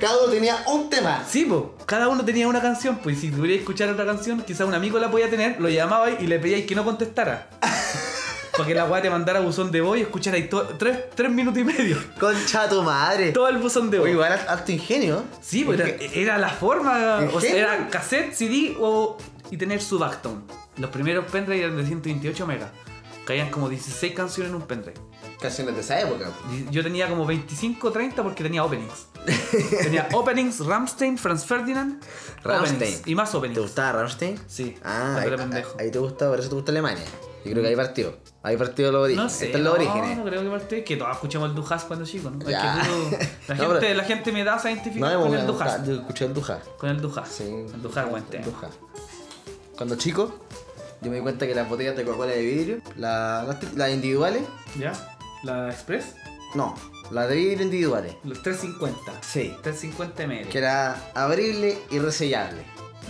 [SPEAKER 2] Cada uno tenía un tema.
[SPEAKER 3] Sí, po. Cada uno tenía una canción, pues. Y si tuviera que escuchar otra canción, quizás un amigo la podía tener, lo llamabais y le pedíais que no contestara. Para que la weá te mandara buzón de voz y escucharais to- tres, tres minutos y medio.
[SPEAKER 2] Concha tu madre.
[SPEAKER 3] Todo el buzón de voz.
[SPEAKER 2] Oye, igual harto ingenio.
[SPEAKER 3] Sí, pues era,
[SPEAKER 2] Inge-
[SPEAKER 3] era la forma.
[SPEAKER 2] ¿En
[SPEAKER 3] O sea,
[SPEAKER 2] serio?
[SPEAKER 3] era cassette, CD o, y tener su Backtone. Los primeros pendrive eran de 128 megas. Caían como 16 canciones en un pendrive.
[SPEAKER 2] eh, Canciones de esa época.
[SPEAKER 3] Yo tenía como 25 30 porque tenía openings. tenía openings, Ramstein, Franz Ferdinand,
[SPEAKER 2] Rammstein.
[SPEAKER 3] openings, y más
[SPEAKER 2] ¿Te
[SPEAKER 3] openings.
[SPEAKER 2] gustaba Rammstein?
[SPEAKER 3] Sí,
[SPEAKER 2] Ah,
[SPEAKER 3] cuando
[SPEAKER 2] ahí,
[SPEAKER 3] era pendejo. Mm.
[SPEAKER 2] ahí- ahí te gusta, por eso te gusta Alemania. Yo creo que ahí partió. Ahí partió los orígenes.
[SPEAKER 3] No sé,
[SPEAKER 2] Están los orígenes.
[SPEAKER 3] no creo que parte que todos escuchamos el Dujas cuando chicos, ¿no? Es
[SPEAKER 2] Ya.
[SPEAKER 3] que puro- la,
[SPEAKER 2] No,
[SPEAKER 3] gente,
[SPEAKER 2] pero-
[SPEAKER 3] la gente me da esa identificar
[SPEAKER 2] No,
[SPEAKER 3] con
[SPEAKER 2] me
[SPEAKER 3] el
[SPEAKER 2] gusta.
[SPEAKER 3] Dujas.
[SPEAKER 2] Yo escuché el Duja.
[SPEAKER 3] Con el Dujas.
[SPEAKER 2] Sí.
[SPEAKER 3] el Dujas guante.
[SPEAKER 2] Duja. Cuando chico, yo me di cuenta que las botellas de Coca-Cola de vidrio, la- las, tri- las individuales,
[SPEAKER 3] ¿Ya? La Express,
[SPEAKER 2] no, las de vidrio individuales.
[SPEAKER 3] los 350.
[SPEAKER 2] Sí.
[SPEAKER 3] 350 ml.
[SPEAKER 2] Que era abrible y resellable.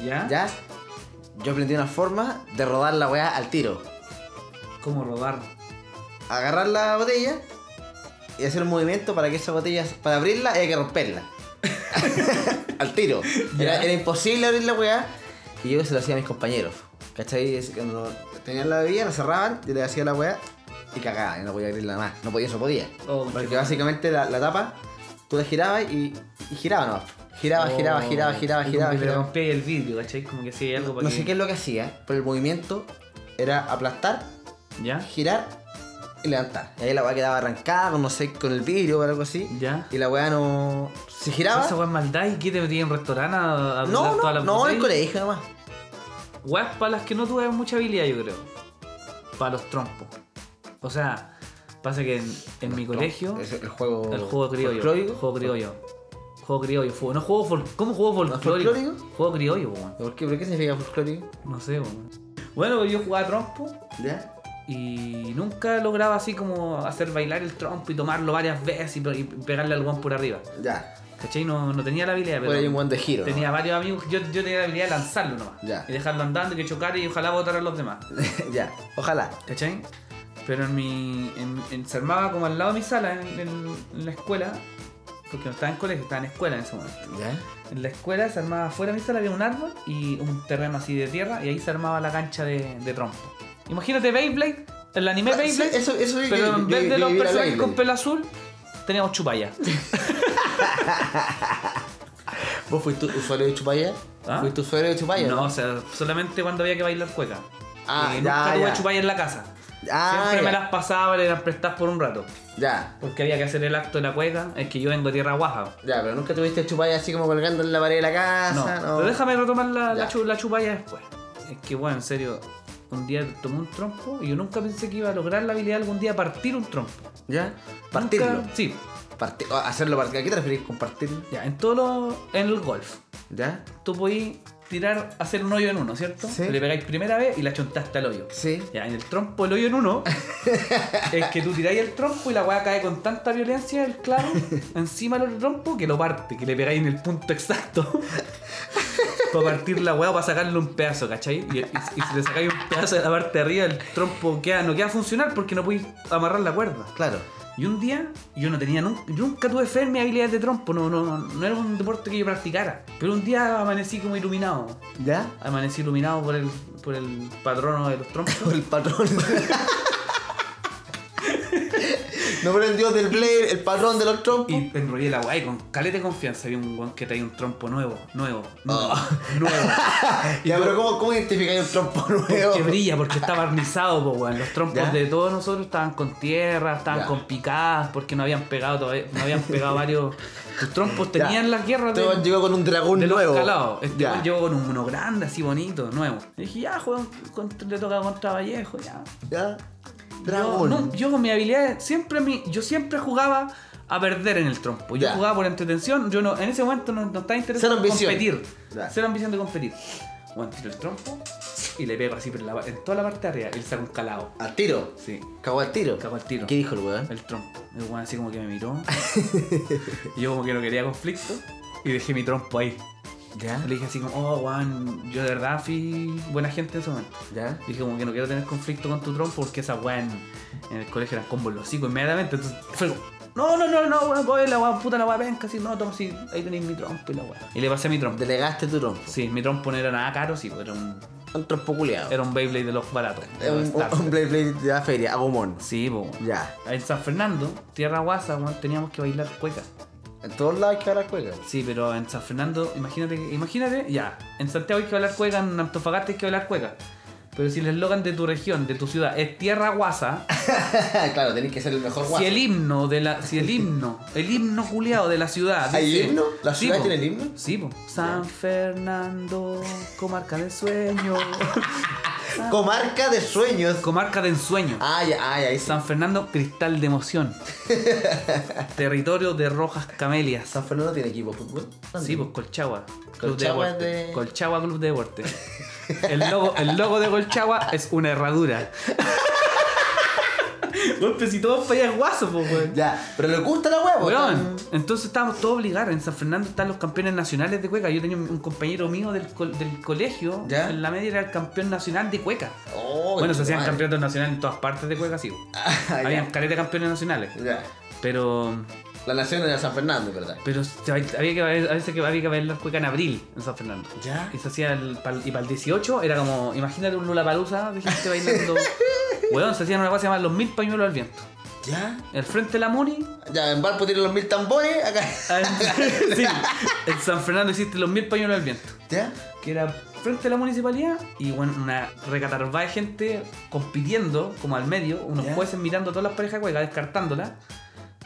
[SPEAKER 3] ¿Ya?
[SPEAKER 2] ¿Ya? Yo aprendí una forma de rodar la weá al tiro.
[SPEAKER 3] ¿Cómo robar?
[SPEAKER 2] agarrar la botella y hacer un movimiento para que esa botella, para abrirla, hay que romperla. Al tiro. Era,
[SPEAKER 3] Ya.
[SPEAKER 2] era imposible abrir la weá y yo se lo hacía a mis compañeros. ¿Cachai? Es que Cuando tenían la bebida, la cerraban, yo le hacía la weá y cagaba, y no podía abrirla más. No podía, eso podía.
[SPEAKER 3] Oh, qué
[SPEAKER 2] Porque
[SPEAKER 3] mal.
[SPEAKER 2] básicamente la, la tapa, tú la girabas y, y giraba nomás. Giraba, giraba,
[SPEAKER 3] Oh,
[SPEAKER 2] giraba, giraba,
[SPEAKER 3] y
[SPEAKER 2] giraba,
[SPEAKER 3] Como que le
[SPEAKER 2] giraba.
[SPEAKER 3] rompí el vidrio, ¿cachai? Como que sí, hay algo para
[SPEAKER 2] No
[SPEAKER 3] que...
[SPEAKER 2] sé qué es lo que hacía, pero el movimiento era aplastar
[SPEAKER 3] ¿Ya?
[SPEAKER 2] girar y levantar. Y ahí la weá quedaba arrancada, con, no sé, con el vidrio o algo así.
[SPEAKER 3] Ya.
[SPEAKER 2] Y la weá no. Si giraba.
[SPEAKER 3] Esa weá es maldad y que te metí en un restaurante a, a
[SPEAKER 2] No,
[SPEAKER 3] todas
[SPEAKER 2] no,
[SPEAKER 3] las
[SPEAKER 2] no, en el
[SPEAKER 3] botellas?
[SPEAKER 2] colegio nomás.
[SPEAKER 3] Weas para las que no tuve mucha habilidad, yo creo. Para los trompos. O sea, pasa que en, en mi colegio,
[SPEAKER 2] Es el juego.
[SPEAKER 3] el juego criollo.
[SPEAKER 2] folclórico.
[SPEAKER 3] Juego criollo. Juego criollo. fue- no juego fol- ¿Cómo juego folclórico?
[SPEAKER 2] folclórico?
[SPEAKER 3] Juego criollo, weón.
[SPEAKER 2] ¿Por qué? ¿Pero qué significa folclórico?
[SPEAKER 3] No sé, weón. Bueno, yo jugaba trompo
[SPEAKER 2] ¿Ya?
[SPEAKER 3] y nunca lograba así como hacer bailar el trompo y tomarlo varias veces y, pe- y pegarle al guan por arriba.
[SPEAKER 2] Ya.
[SPEAKER 3] ¿Cachai? No, no tenía la habilidad, pero.
[SPEAKER 2] Por ahí un buen de giro.
[SPEAKER 3] Tenía varios amigos, yo, yo tenía la habilidad de lanzarlo nomás.
[SPEAKER 2] Ya.
[SPEAKER 3] Y dejarlo andando y que chocara y ojalá botar a los demás.
[SPEAKER 2] nomás. ya. Ojalá.
[SPEAKER 3] ¿Cachai? Pero en mi. En, en- se armaba como al lado de mi sala, en, en- en la escuela, porque no estaba en colegio, estaba en escuela en ese momento.
[SPEAKER 2] ¿Ya?
[SPEAKER 3] En la escuela se armaba afuera de mi sala había un árbol y un terreno así de tierra y ahí se armaba la cancha de, de trompo. Imagínate Beyblade, el anime
[SPEAKER 2] Ah, sí,
[SPEAKER 3] Beyblade,
[SPEAKER 2] eso- eso yo-
[SPEAKER 3] pero
[SPEAKER 2] yo-
[SPEAKER 3] en
[SPEAKER 2] yo-
[SPEAKER 3] vez de
[SPEAKER 2] yo
[SPEAKER 3] los
[SPEAKER 2] vi la
[SPEAKER 3] personajes
[SPEAKER 2] Beyblade.
[SPEAKER 3] con pelo azul, teníamos chupalla.
[SPEAKER 2] ¿Vos fuiste usuario de Chupaya?
[SPEAKER 3] ¿Ah?
[SPEAKER 2] ¿Fuiste usuario de Chupaya?
[SPEAKER 3] No, o sea, solamente cuando había que bailar cueca.
[SPEAKER 2] Ah,
[SPEAKER 3] y
[SPEAKER 2] ya,
[SPEAKER 3] nunca tuve
[SPEAKER 2] ya.
[SPEAKER 3] chupalla en la casa.
[SPEAKER 2] Ah,
[SPEAKER 3] Siempre
[SPEAKER 2] ya.
[SPEAKER 3] me las pasaba, le las prestadas por un rato.
[SPEAKER 2] ya.
[SPEAKER 3] Porque había que hacer el acto de la cueca, es que yo vengo de tierra guaja.
[SPEAKER 2] Ya, pero nunca tuviste Chupaya así como colgando en la pared de la
[SPEAKER 3] No,
[SPEAKER 2] casa. Ah, No,
[SPEAKER 3] pero déjame retomar la, la,
[SPEAKER 2] Ya.
[SPEAKER 3] chu- la chupalla después. Es que, bueno, en serio, un día tomé un trompo y yo nunca pensé que iba a lograr la habilidad algún día de partir un trompo.
[SPEAKER 2] ¿Ya? Partirlo.
[SPEAKER 3] Nunca- sí,
[SPEAKER 2] Parti- o hacerlo partir. ¿A qué te referís con partirlo?
[SPEAKER 3] ya, en todo lo- en el golf.
[SPEAKER 2] ¿Ya?
[SPEAKER 3] Tú podís tirar, hacer un hoyo en uno, ¿cierto?
[SPEAKER 2] Sí.
[SPEAKER 3] Le pegáis primera vez y la chontaste al hoyo.
[SPEAKER 2] Sí.
[SPEAKER 3] Ya, en el trompo, el hoyo en uno, es que tú tiráis el trompo y la weá cae con tanta violencia el clavo encima del trompo que lo parte, que le pegáis en el punto exacto. para partir la weá, para sacarle un pedazo, ¿cachai? Y, y- y si le sacáis un pedazo de la parte de arriba, el trompo queda, no queda funcional porque no podéis amarrar la cuerda.
[SPEAKER 2] Claro.
[SPEAKER 3] Y un día, yo no tenía nunca, yo nunca tuve fe en mi habilidad de trompo, no, no, no, no era un deporte que yo practicara. Pero un día amanecí como iluminado.
[SPEAKER 2] ¿Ya?
[SPEAKER 3] Amanecí iluminado por el, por el patrono de los trompos.
[SPEAKER 2] Por el patrón. no, pero el dios del Blade, el patrón de los trompos.
[SPEAKER 3] Y te enrollé la guay con caleta de confianza. Había un guan que traía un trompo nuevo, nuevo, nuevo,
[SPEAKER 2] Oh.
[SPEAKER 3] nuevo.
[SPEAKER 2] ya, pero ¿cómo, cómo identificáis un trompo nuevo?
[SPEAKER 3] Que brilla porque está barnizado, po, weón. Los trompos
[SPEAKER 2] ¿Ya?
[SPEAKER 3] de todos nosotros estaban con tierra, estaban
[SPEAKER 2] Ya.
[SPEAKER 3] con picadas, porque no habían pegado todavía, no habían pegado varios. Tus trompos
[SPEAKER 2] Ya.
[SPEAKER 3] tenían las guerras
[SPEAKER 2] Este weón
[SPEAKER 3] de,
[SPEAKER 2] llegó con un dragón
[SPEAKER 3] de los
[SPEAKER 2] nuevo.
[SPEAKER 3] calados. Este
[SPEAKER 2] Ya.
[SPEAKER 3] weón llegó con un mono grande, así bonito, nuevo. Y dije, ya, juego, contra- le toca contra Vallejo, ya.
[SPEAKER 2] ¿Ya?
[SPEAKER 3] Yo,
[SPEAKER 2] Dragón.
[SPEAKER 3] no, yo con mi habilidad siempre mi, yo siempre jugaba a perder en el trompo. Yo
[SPEAKER 2] Ya.
[SPEAKER 3] jugaba por entretención. Yo no, en ese momento no, no estaba interesado
[SPEAKER 2] Cero
[SPEAKER 3] en
[SPEAKER 2] ambición.
[SPEAKER 3] competir.
[SPEAKER 2] Ya.
[SPEAKER 3] Cero ambición de competir. Bueno, tiro el trompo y le pego así pero en, la- en toda la parte de arriba y le saco un calado.
[SPEAKER 2] Al tiro.
[SPEAKER 3] Sí.
[SPEAKER 2] Cagó al tiro.
[SPEAKER 3] Cagó al tiro.
[SPEAKER 2] ¿Qué dijo el weón?
[SPEAKER 3] El trompo. El weón así como que me miró. Y yo como que no quería conflicto. Y dejé mi trompo ahí.
[SPEAKER 2] ¿Ya?
[SPEAKER 3] Le dije así como, oh, Juan, yo de verdad fui buena gente en ese momento.
[SPEAKER 2] ¿Ya?
[SPEAKER 3] Dije como que no quiero tener conflicto con tu trompo porque esa weá en, en el colegio eran combos los hocico inmediatamente. Entonces fue como, no, no, no, no, weón, voy, la weá puta, la weá penca, así, no, toma, sí, ahí tenéis mi trompo y la weá. Y le pasé mi trompo.
[SPEAKER 2] Delegaste tu trompo.
[SPEAKER 3] Sí, mi trompo no era nada caro, sí, pues, era un,
[SPEAKER 2] Un trompo culiado.
[SPEAKER 3] era un Beyblade de los baratos. de
[SPEAKER 2] Es
[SPEAKER 3] los
[SPEAKER 2] un,
[SPEAKER 3] Stars.
[SPEAKER 2] un play play de la feria, a gomón.
[SPEAKER 3] Sí, po. weón.
[SPEAKER 2] Ya.
[SPEAKER 3] En San Fernando, tierra guasa, weón, teníamos que bailar cueca.
[SPEAKER 2] En todos lados hay que hablar cueca.
[SPEAKER 3] Sí, pero en San Fernando, imagínate, imagínate, ya, en Santiago hay que bailar cueca, en Antofagasta hay que bailar cueca. Pero si el eslogan de tu región, de tu ciudad, es tierra guasa,
[SPEAKER 2] claro, tenés que ser el mejor
[SPEAKER 3] Si
[SPEAKER 2] guaso.
[SPEAKER 3] el himno de la. Si el himno. El himno culiado de la ciudad.
[SPEAKER 2] ¿Hay
[SPEAKER 3] dice-
[SPEAKER 2] himno? ¿La
[SPEAKER 3] Sí,
[SPEAKER 2] ciudad
[SPEAKER 3] po.
[SPEAKER 2] tiene el himno?
[SPEAKER 3] Sí, po. San Fernando, comarca de sueño.
[SPEAKER 2] Comarca de sueños.
[SPEAKER 3] comarca de ensueño.
[SPEAKER 2] Ay, ay, ahí San,
[SPEAKER 3] San Fernando, cristal de emoción. Territorio de rojas camelias.
[SPEAKER 2] San Fernando tiene equipo de fútbol.
[SPEAKER 3] Sí, pues Colchagua. Club
[SPEAKER 2] Colchagua
[SPEAKER 3] de deporte.
[SPEAKER 2] de-
[SPEAKER 3] Colchagua Club de Deporte. El logo, el logo de Colchagua es una herradura. Golpe, si todos para allá es guaso, po, weón.
[SPEAKER 2] Ya, pero le gusta la pues, huevo.
[SPEAKER 3] Weón, entonces estábamos todos obligados. En San Fernando están los campeones nacionales de cueca. Yo tenía un un compañero mío del, co- del colegio,
[SPEAKER 2] ¿Ya?
[SPEAKER 3] en la media era el campeón nacional de cueca.
[SPEAKER 2] Oh,
[SPEAKER 3] bueno, se
[SPEAKER 2] qué
[SPEAKER 3] hacían
[SPEAKER 2] madre.
[SPEAKER 3] campeonatos nacionales en todas partes de cueca, sí.
[SPEAKER 2] Ah, ya.
[SPEAKER 3] Habían careta de campeones nacionales.
[SPEAKER 2] Ya.
[SPEAKER 3] Pero
[SPEAKER 2] La nación era San Fernando, ¿verdad?
[SPEAKER 3] pero se- había que, haber- a veces que había que ver la cueca en abril en San Fernando.
[SPEAKER 2] Ya.
[SPEAKER 3] Y se hacía el, pal- y para el 18 era como, imagínate un Lollapalooza de gente bailando. Weón, se hacían una cosa llamada los mil pañuelos al viento.
[SPEAKER 2] Ya.
[SPEAKER 3] Al frente de la Muni,
[SPEAKER 2] Ya, en Valpo tienen los mil tambores. Acá.
[SPEAKER 3] sí, en San Fernando existen los mil pañuelos al viento,
[SPEAKER 2] Ya.
[SPEAKER 3] que era frente a la municipalidad y bueno, una recatarba de gente compitiendo como al medio, unos
[SPEAKER 2] Ya.
[SPEAKER 3] jueces mirando a todas las parejas cuecas, descartándolas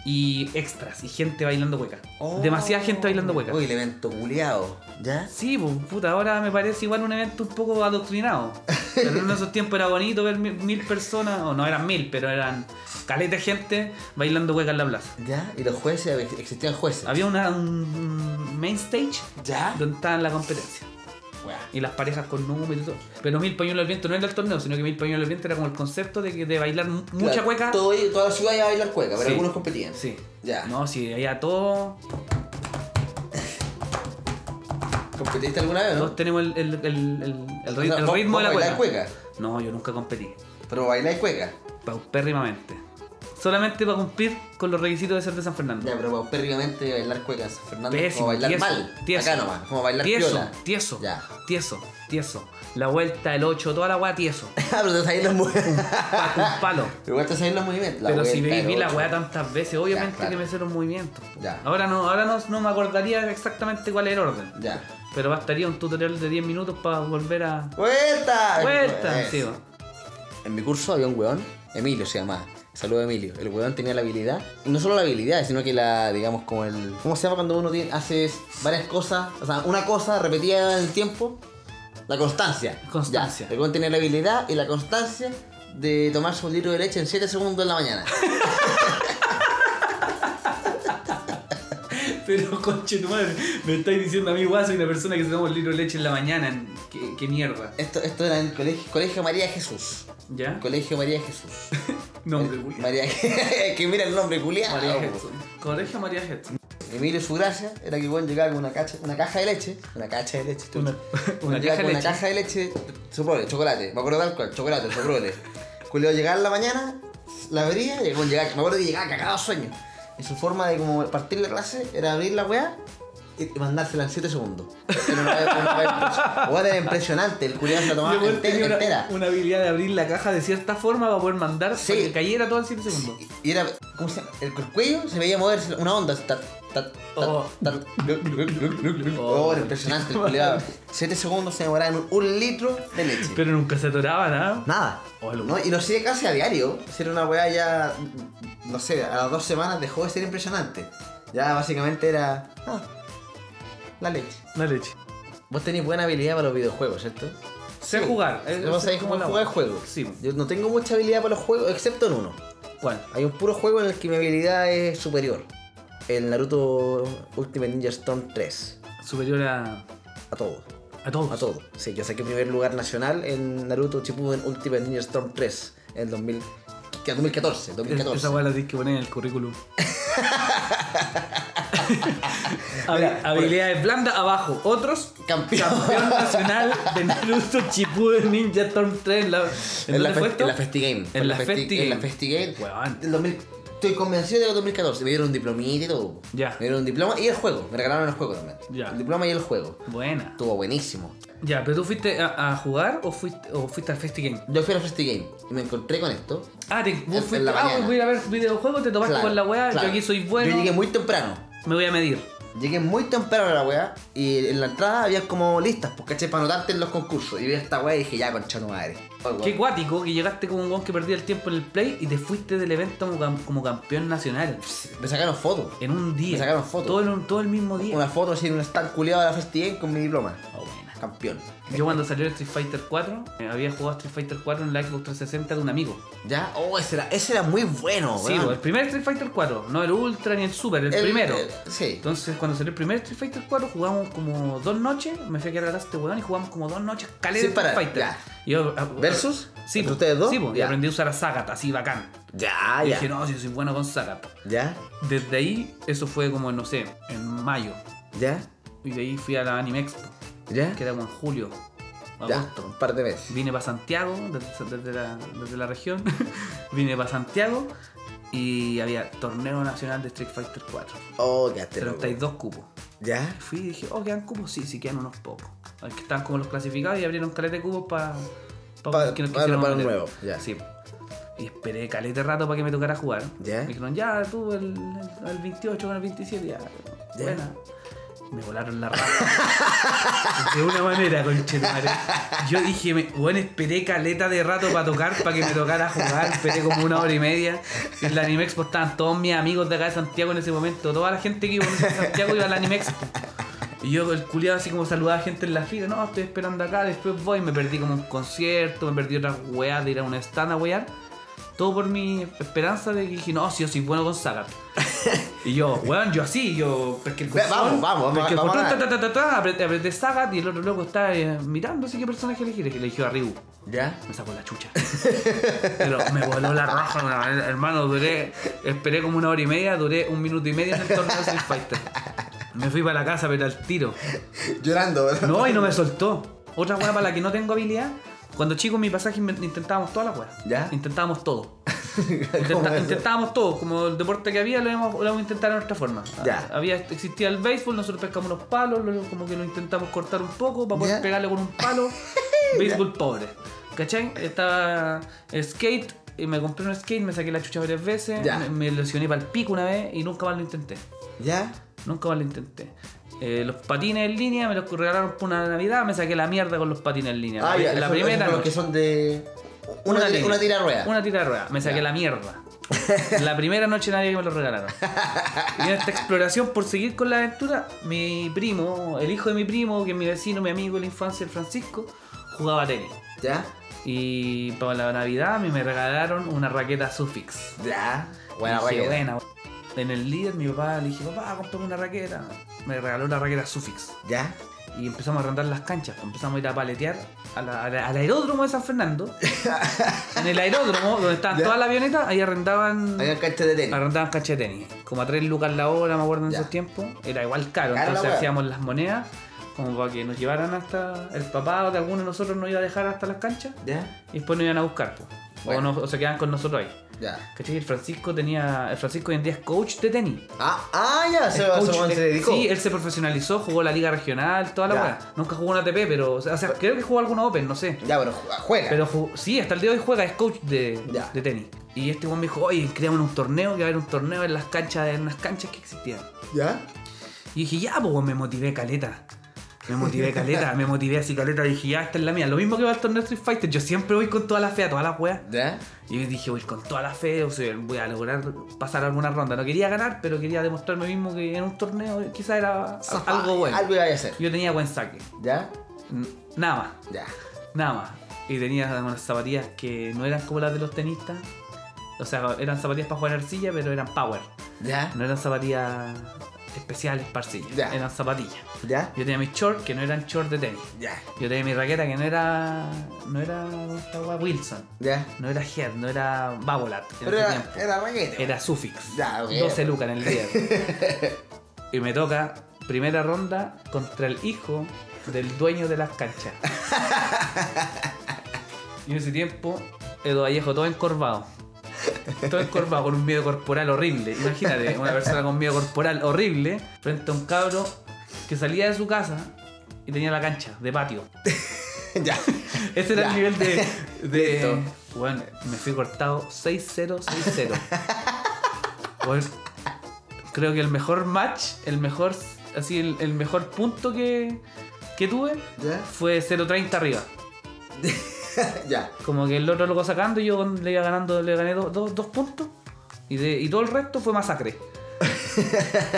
[SPEAKER 3] y extras y gente bailando cueca.
[SPEAKER 2] Oh.
[SPEAKER 3] Demasiada gente bailando cueca.
[SPEAKER 2] Uy, el evento culiado. Ya.
[SPEAKER 3] Sí, pues, puta, ahora me parece igual un evento un poco adoctrinado. Pero en esos tiempos era bonito ver mil, mil personas, o no eran mil, pero eran caleta de gente bailando cueca en la plaza.
[SPEAKER 2] Ya. Y los jueces, ex- existían jueces.
[SPEAKER 3] Había una, un main stage
[SPEAKER 2] Ya.
[SPEAKER 3] donde estaban la competencia.
[SPEAKER 2] Weá.
[SPEAKER 3] Y las parejas con números y todo. Pero Mil Pañuelos al Viento no era el torneo, sino que Mil Pañuelos al Viento era como el concepto de, que, de bailar mu- mucha
[SPEAKER 2] Claro,
[SPEAKER 3] cueca.
[SPEAKER 2] todo- toda la ciudad iba a bailar cueca, pero
[SPEAKER 3] Sí.
[SPEAKER 2] algunos competían.
[SPEAKER 3] Sí.
[SPEAKER 2] Ya.
[SPEAKER 3] No, sí, allá todos,
[SPEAKER 2] ¿Competiste alguna vez,
[SPEAKER 3] todos
[SPEAKER 2] no?
[SPEAKER 3] tenemos el, el- el- el- el rit-
[SPEAKER 2] O sea,
[SPEAKER 3] el
[SPEAKER 2] vos-
[SPEAKER 3] ritmo
[SPEAKER 2] vos
[SPEAKER 3] de la
[SPEAKER 2] bailás
[SPEAKER 3] cueca.
[SPEAKER 2] cueca.
[SPEAKER 3] No, yo nunca competí.
[SPEAKER 2] Pero bailáis cueca.
[SPEAKER 3] Paupérrimamente. solamente para cumplir con los requisitos de ser de San Fernando.
[SPEAKER 2] Ya, pero paupérrimamente bailar cueca en San Fernando es
[SPEAKER 3] Pésimo,
[SPEAKER 2] como bailar
[SPEAKER 3] tieso,
[SPEAKER 2] mal.
[SPEAKER 3] tieso.
[SPEAKER 2] Acá nomás, como bailar
[SPEAKER 3] tieso,
[SPEAKER 2] piola.
[SPEAKER 3] Tieso,
[SPEAKER 2] Ya.
[SPEAKER 3] tieso, tieso. La vuelta, el 8, toda la weá tieso.
[SPEAKER 2] Ah, pero te sabéis los movimientos.
[SPEAKER 3] Pa- Un palo.
[SPEAKER 2] Pero igual te sabéis los movimientos. la
[SPEAKER 3] pero si
[SPEAKER 2] vuelta,
[SPEAKER 3] vi, vi
[SPEAKER 2] el
[SPEAKER 3] la
[SPEAKER 2] otro.
[SPEAKER 3] weá tantas veces, obviamente
[SPEAKER 2] claro.
[SPEAKER 3] que me sé los movimientos. po.
[SPEAKER 2] Ya.
[SPEAKER 3] Ahora no, ahora no, no me acordaría exactamente cuál es el orden.
[SPEAKER 2] Ya.
[SPEAKER 3] Pero bastaría un tutorial de 10 minutos para volver a.
[SPEAKER 2] ¡Vuelta!
[SPEAKER 3] Vuelta,
[SPEAKER 2] Eso.
[SPEAKER 3] sí, po.
[SPEAKER 2] En mi curso había un weón, Emilio se llamaba. Saludo a Emilio. El weón tenía la habilidad, y no solo la habilidad, sino que la, digamos, como el. ¿Cómo se llama cuando uno tiene, hace varias cosas? O sea, una cosa repetida en el tiempo. La constancia.
[SPEAKER 3] Constancia.
[SPEAKER 2] Ya, el weón tenía la habilidad y la constancia de tomarse un litro de leche en 7 segundos en la mañana.
[SPEAKER 3] Pero conche tu madre, me estáis diciendo a mí, weá, soy una persona que se toma un litro de leche en la mañana. Qué, qué mierda.
[SPEAKER 2] Esto, esto era en el colegio, colegio María Jesús.
[SPEAKER 3] ¿Ya?
[SPEAKER 2] Colegio María Jesús.
[SPEAKER 3] Nombre, culiao.
[SPEAKER 2] María que mira el nombre, culiado.
[SPEAKER 3] María Gerson. Colegio María Gerson.
[SPEAKER 2] Emilio su gracia era que igual llegaba con una cacha, una caja de leche, una cacha de leche,
[SPEAKER 3] Una- una
[SPEAKER 2] llegaba
[SPEAKER 3] caja de
[SPEAKER 2] con
[SPEAKER 3] leche.
[SPEAKER 2] una caja de leche, soprole, chocolate, me acuerdo tal cual, chocolate, soprole. Cuando llegaba en la mañana, la abría, y bueno, llegaba, me acuerdo que llegaba cagado de sueño. Y su forma de como partir la clase era abrir la weá y y mandársela en 7 segundos. Era una weá- una weá impresionante. Weá, era impresionante, el culiado se la tomaba
[SPEAKER 3] Yo
[SPEAKER 2] ente-
[SPEAKER 3] tenía una,
[SPEAKER 2] entera.
[SPEAKER 3] una habilidad de abrir la caja de cierta forma para poder mandar
[SPEAKER 2] Sí.
[SPEAKER 3] para que cayera todo en 7 segundos.
[SPEAKER 2] Y era, ¿cómo se llama? El cuello se veía moverse una onda. así, tat, tat, tat,
[SPEAKER 3] Oh.
[SPEAKER 2] tat, gluc, gluc, gluc, gluc, gluc.
[SPEAKER 3] Oh.
[SPEAKER 2] Oh, era impresionante, el culiado. Siete segundos se demoraba en un, un litro de leche.
[SPEAKER 3] Pero nunca se atoraba nada.
[SPEAKER 2] Nada.
[SPEAKER 3] Oh, lo-
[SPEAKER 2] ¿no? Y lo sigue casi a diario. Si era una weá ya, no sé, a las dos semanas dejó de ser impresionante. Ya básicamente era, ah, la leche.
[SPEAKER 3] La leche.
[SPEAKER 2] Vos tenés buena habilidad para los videojuegos, ¿cierto?
[SPEAKER 3] Sé jugar. eh,
[SPEAKER 2] No
[SPEAKER 3] sé
[SPEAKER 2] sabés
[SPEAKER 3] cómo
[SPEAKER 2] cómo
[SPEAKER 3] la
[SPEAKER 2] jugar
[SPEAKER 3] hago.
[SPEAKER 2] juegos.
[SPEAKER 3] Sí. po.
[SPEAKER 2] Yo no tengo mucha habilidad para los juegos, excepto en uno.
[SPEAKER 3] ¿Cuál?
[SPEAKER 2] Hay un puro juego en el que mi habilidad es superior. El Naruto Ultimate Ninja Storm 3.
[SPEAKER 3] Superior a.
[SPEAKER 2] A todo.
[SPEAKER 3] A todos.
[SPEAKER 2] A todo. Sí, yo saqué primer lugar nacional en Naruto Shippuden Ultimate Ninja Storm 3 en 2000, que- 2014.
[SPEAKER 3] Es- Esa
[SPEAKER 2] 2014.
[SPEAKER 3] weá la tienes que poner en el currículum. Habi-
[SPEAKER 2] Mira,
[SPEAKER 3] Habilidades blandas abajo. Otros.
[SPEAKER 2] Campeón.
[SPEAKER 3] Campeón nacional de Naruto Shippuden Ninja Storm 3. ¿En, la, ¿en
[SPEAKER 2] En
[SPEAKER 3] dónde
[SPEAKER 2] la,
[SPEAKER 3] fue
[SPEAKER 2] fe-
[SPEAKER 3] esto?
[SPEAKER 2] en la Festi Game.
[SPEAKER 3] En la
[SPEAKER 2] Festi-
[SPEAKER 3] Festi
[SPEAKER 2] En la
[SPEAKER 3] Game.
[SPEAKER 2] Festi Game.
[SPEAKER 3] Weón.
[SPEAKER 2] Del 2000 Estoy convencido de que en 2014. Me dieron un diplomita y todo.
[SPEAKER 3] Ya.
[SPEAKER 2] Me dieron un diploma y el juego. Me regalaron el juego también.
[SPEAKER 3] Ya.
[SPEAKER 2] El diploma y el juego.
[SPEAKER 3] Buena.
[SPEAKER 2] Estuvo buenísimo.
[SPEAKER 3] Ya, pero tú fuiste a, a jugar o fuiste, o fuiste al Festi Game.
[SPEAKER 2] Yo fui a la Festi Game y me encontré con esto.
[SPEAKER 3] Ah, te, vos
[SPEAKER 2] En-
[SPEAKER 3] fuiste.
[SPEAKER 2] en la
[SPEAKER 3] Ah,
[SPEAKER 2] mañana.
[SPEAKER 3] voy a ir a ver videojuegos, te tomaste
[SPEAKER 2] Claro,
[SPEAKER 3] con la weá.
[SPEAKER 2] claro.
[SPEAKER 3] Yo aquí soy bueno.
[SPEAKER 2] Yo llegué muy temprano.
[SPEAKER 3] Me voy a medir.
[SPEAKER 2] Llegué muy temprano a la weá y en la entrada había como listas, pues caché, para anotarte en los concursos. Y vi esta weá y dije, ya, concha tu madre. Oh,
[SPEAKER 3] Qué
[SPEAKER 2] weón.
[SPEAKER 3] cuático que llegaste como un weón que perdía el tiempo en el play y te fuiste del evento como, cam- como campeón nacional.
[SPEAKER 2] Me sacaron fotos.
[SPEAKER 3] En un día.
[SPEAKER 2] Me sacaron fotos.
[SPEAKER 3] Todo, en un- todo el mismo día.
[SPEAKER 2] Una foto así en un stand culiado de la Festi con mi diploma.
[SPEAKER 3] Oh, buena.
[SPEAKER 2] Campeón.
[SPEAKER 3] Yo cuando salió el Street Fighter 4, eh, había jugado Street Fighter 4 en la Xbox 360 de un amigo.
[SPEAKER 2] ¿Ya? Oh, ese era, ese era muy bueno,
[SPEAKER 3] Sí,
[SPEAKER 2] weón.
[SPEAKER 3] el primer Street Fighter 4, no el Ultra ni el Super, el, primero.
[SPEAKER 2] eh, sí.
[SPEAKER 3] Entonces, cuando salió el primer Street Fighter 4, jugamos como dos noches. Me fui a quedar a este weón y jugamos como dos noches caleta de
[SPEAKER 2] Sin parar,
[SPEAKER 3] Street Fighter.
[SPEAKER 2] ya.
[SPEAKER 3] Y yo, ah,
[SPEAKER 2] ¿Versus?
[SPEAKER 3] Sí,
[SPEAKER 2] ¿Entre
[SPEAKER 3] po.
[SPEAKER 2] ustedes dos?
[SPEAKER 3] Sí, po. y
[SPEAKER 2] Ya.
[SPEAKER 3] aprendí a usar a Sagat, así bacán.
[SPEAKER 2] Ya,
[SPEAKER 3] y
[SPEAKER 2] ya.
[SPEAKER 3] dije, no, si soy bueno con Sagat.
[SPEAKER 2] Ya,
[SPEAKER 3] Desde ahí, eso fue como, no sé, en mayo.
[SPEAKER 2] ya,
[SPEAKER 3] Y de ahí fui a la Anime Expo,
[SPEAKER 2] ya.
[SPEAKER 3] que era como en julio,
[SPEAKER 2] Ya,
[SPEAKER 3] agosto.
[SPEAKER 2] un par de meses.
[SPEAKER 3] Vine para Santiago, desde, desde la, desde la región. Vine para Santiago y había torneo nacional de Street Fighter 4.
[SPEAKER 2] Oh, quedaste loco.
[SPEAKER 3] 32 cupos.
[SPEAKER 2] Ya,
[SPEAKER 3] Fui y dije, oh, quedan cupos. Sí, sí, quedan unos pocos. Ay, que Estaban como los clasificados y abrieron caleta de cupos para.
[SPEAKER 2] Pa- para- para un nuevo, ya.
[SPEAKER 3] Sí. Y esperé caleta de rato para que me tocara jugar.
[SPEAKER 2] Ya.
[SPEAKER 3] Me dijeron, ya, tú, el, el- el 28 con el 27, ya.
[SPEAKER 2] Ya.
[SPEAKER 3] Buena. Me volaron la raja. de una manera, conchetumare. Yo dije, me- bueno, esperé caleta de rato para tocar, para que me tocara jugar. Esperé como una hora y media. En la Anime Expo estaban todos mis amigos de acá de Santiago en ese momento. Toda la gente que iba a Santiago iba a la Anime Expo. Y yo, el culiado, así como saludaba a gente en la fila. No, estoy esperando acá, después voy. Me perdí como un concierto, me perdí otra weá de ir a un stand a wear. Todo por mi esperanza de que dije, no, si yo soy bueno con Sagat. y yo, weón, yo así, yo. Porque el
[SPEAKER 2] Ve- vamos, vamos, vamos,
[SPEAKER 3] porque el
[SPEAKER 2] vamos a
[SPEAKER 3] control,
[SPEAKER 2] ganar.
[SPEAKER 3] ta, ta, ta, ta, apreté, apreté Sagat y el otro loco está eh, mirando, así qué personaje elegir. Y le dije a Ryu,
[SPEAKER 2] ya.
[SPEAKER 3] me sacó la chucha. Pero me voló la raja de una manera. Hermano, duré, esperé como una hora y media, duré un minuto y medio en el torneo de Street Fighter. Me fui para la casa, pero al tiro.
[SPEAKER 2] Llorando, ¿verdad?
[SPEAKER 3] No, y no me soltó. Otra weá para la que no tengo habilidad. Cuando chicos en mi pasaje inven- intentábamos todas las weas.
[SPEAKER 2] ¿Ya?
[SPEAKER 3] Intentábamos todo. Intenta-
[SPEAKER 2] ¿Cómo eso?
[SPEAKER 3] intentábamos todo, como el deporte que había lo hemos, lo hemos intentado de nuestra forma. Ah,
[SPEAKER 2] Ya.
[SPEAKER 3] Había, existía el béisbol, nosotros pescamos unos palos, luego como que lo intentamos cortar un poco para poder
[SPEAKER 2] Ya.
[SPEAKER 3] pegarle con un palo. béisbol pobre. ¿Cachai? Estaba el skate, y me compré un skate, me saqué la chucha varias veces,
[SPEAKER 2] Ya.
[SPEAKER 3] me, me lesioné para el pico una vez y nunca más lo intenté.
[SPEAKER 2] ¿Ya?
[SPEAKER 3] Nunca más lo intenté. Eh, los patines en línea me los regalaron por una Navidad, me saqué la mierda con los patines en línea.
[SPEAKER 2] Ah,
[SPEAKER 3] la
[SPEAKER 2] ya.
[SPEAKER 3] la
[SPEAKER 2] esos- esos
[SPEAKER 3] primera
[SPEAKER 2] son los
[SPEAKER 3] noche.
[SPEAKER 2] que son de. Una, tira-
[SPEAKER 3] línea.
[SPEAKER 2] una tira rueda.
[SPEAKER 3] Una tira de rueda. Me saqué la mierda. la primera noche nadie me lo regalaron. Y en esta exploración, por seguir con la aventura, mi primo, el hijo de mi primo, que es mi vecino, mi amigo de la infancia, el Francisco, jugaba tenis.
[SPEAKER 2] ¿Ya?
[SPEAKER 3] Y para la Navidad a mí me regalaron una raqueta Sufix.
[SPEAKER 2] Ya. Buena,
[SPEAKER 3] Y dije,
[SPEAKER 2] buena.
[SPEAKER 3] buena. En el líder, mi papá le dije, papá, comprame una raqueta. Me regaló una raqueta Sufix.
[SPEAKER 2] ¿Ya?
[SPEAKER 3] Y empezamos a arrendar las canchas, pues, empezamos a ir a paletear a la- a la- al aeródromo de San Fernando. en el aeródromo, donde estaban
[SPEAKER 2] Ya.
[SPEAKER 3] todas las avionetas, ahí arrendaban,
[SPEAKER 2] Había cancha de tenis.
[SPEAKER 3] arrendaban canchas de tenis. Como a 3 lucas la hora, me acuerdo en
[SPEAKER 2] Ya.
[SPEAKER 3] esos tiempos. Era igual
[SPEAKER 2] Cara
[SPEAKER 3] caro,
[SPEAKER 2] la
[SPEAKER 3] entonces
[SPEAKER 2] wea.
[SPEAKER 3] hacíamos las monedas como para que nos llevaran hasta. El papá de alguno de nosotros nos iba a dejar hasta las canchas
[SPEAKER 2] ¿Ya?
[SPEAKER 3] y después nos iban a buscar, pues. O,
[SPEAKER 2] Bueno.
[SPEAKER 3] nos- o se quedaban con nosotros ahí.
[SPEAKER 2] Ya.
[SPEAKER 3] ¿Cachai? El Francisco tenía. El Francisco hoy en día es coach de tenis.
[SPEAKER 2] Ah, ah ya. Se,
[SPEAKER 3] Coach,
[SPEAKER 2] se, se,
[SPEAKER 3] eh,
[SPEAKER 2] dedicó.
[SPEAKER 3] Sí, él se profesionalizó, jugó la liga regional, toda la
[SPEAKER 2] Ya.
[SPEAKER 3] weá. Nunca jugó una ATP, pero. O sea, creo que jugó alguna Open, no sé.
[SPEAKER 2] Ya, pero ju- juega.
[SPEAKER 3] Pero ju- sí, hasta el día de hoy juega, es coach de,
[SPEAKER 2] Ya.
[SPEAKER 3] de tenis. Y este weón me dijo, oye, creamos un torneo, que va a haber un torneo en las canchas, en las canchas que existían.
[SPEAKER 2] ¿Ya?
[SPEAKER 3] Y dije, ya, pues weón, me motivé caleta. Me motivé caleta, me motivé así caleta. Dije, ya, esta es la mía. Lo mismo que va al torneo Street Fighter, yo siempre voy con toda la fe a todas las weas.
[SPEAKER 2] ¿Ya?
[SPEAKER 3] Y yo dije, voy con toda la fe, o sea, voy a lograr pasar alguna ronda. No quería ganar, pero quería demostrarme mismo que en un torneo quizás era a-
[SPEAKER 2] Zafá,
[SPEAKER 3] algo bueno.
[SPEAKER 2] Ah, Algo iba a hacer.
[SPEAKER 3] Yo tenía buen saque.
[SPEAKER 2] ¿Ya?
[SPEAKER 3] N- Nada más,
[SPEAKER 2] Ya.
[SPEAKER 3] nada más. Y tenía unas zapatillas que no eran como las de los tenistas. O sea, eran zapatillas para jugar arcilla, pero eran power.
[SPEAKER 2] ¿Ya?
[SPEAKER 3] No eran zapatillas especiales para arcilla.
[SPEAKER 2] Ya.
[SPEAKER 3] Eran zapatillas.
[SPEAKER 2] ¿Ya?
[SPEAKER 3] Yo tenía mis shorts que no eran shorts de tenis.
[SPEAKER 2] Ya.
[SPEAKER 3] Yo tenía mi raqueta que no era. No era. esta wea, Wilson.
[SPEAKER 2] ¿Ya?
[SPEAKER 3] No era Head, no era Babolat. en
[SPEAKER 2] Pero
[SPEAKER 3] ese
[SPEAKER 2] era,
[SPEAKER 3] tiempo.
[SPEAKER 2] era raquete.
[SPEAKER 3] Era Sufix.
[SPEAKER 2] Ya, pues. ok.
[SPEAKER 3] 12 lucas en el día. y me toca primera ronda contra el hijo del dueño de las canchas. y en ese tiempo, Edo Vallejo todo encorvado. Todo encorvado con un miedo corporal horrible. Imagínate, una persona con miedo corporal horrible frente a un cabro que salía de su casa y tenía la cancha de patio.
[SPEAKER 2] ya.
[SPEAKER 3] Ese era
[SPEAKER 2] Ya.
[SPEAKER 3] el nivel de.
[SPEAKER 2] Listo.
[SPEAKER 3] de bueno, me fui cortado 6-0, 6-0. Bueno, creo que el mejor match, el mejor. Así, el, el mejor punto que, que tuve
[SPEAKER 2] ¿Ya?
[SPEAKER 3] fue 0-30 arriba.
[SPEAKER 2] ya.
[SPEAKER 3] Como que el otro lo sacando y yo le iba ganando, le gané dos, dos- dos puntos. Y, de- y todo el resto fue masacre.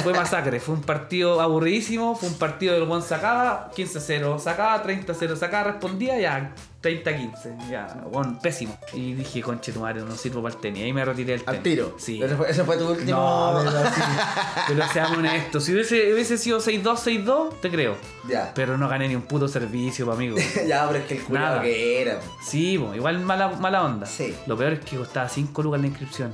[SPEAKER 3] fue masacre, fue un partido aburridísimo, fue un partido del Juan sacaba, 15-0 sacaba, 30-0 sacaba, respondía ya 30-15, ya, Juan, pésimo. Y dije, conche tu madre, no sirvo para el tenis. Ahí me retiré del tenis.
[SPEAKER 2] Al tiro.
[SPEAKER 3] Sí.
[SPEAKER 2] Ese fue, ese fue tu último.
[SPEAKER 3] No, pero, sí, pero seamos honestos. Si hubiese, hubiese sido 6-2, 6-2, te creo.
[SPEAKER 2] Ya.
[SPEAKER 3] Pero no gané ni un puto servicio, pa' amigo.
[SPEAKER 2] ya, pero es que el culo
[SPEAKER 3] Nada.
[SPEAKER 2] que era.
[SPEAKER 3] Sí, po, igual mala, mala onda.
[SPEAKER 2] Sí.
[SPEAKER 3] Lo peor es que costaba 5 lucas la inscripción.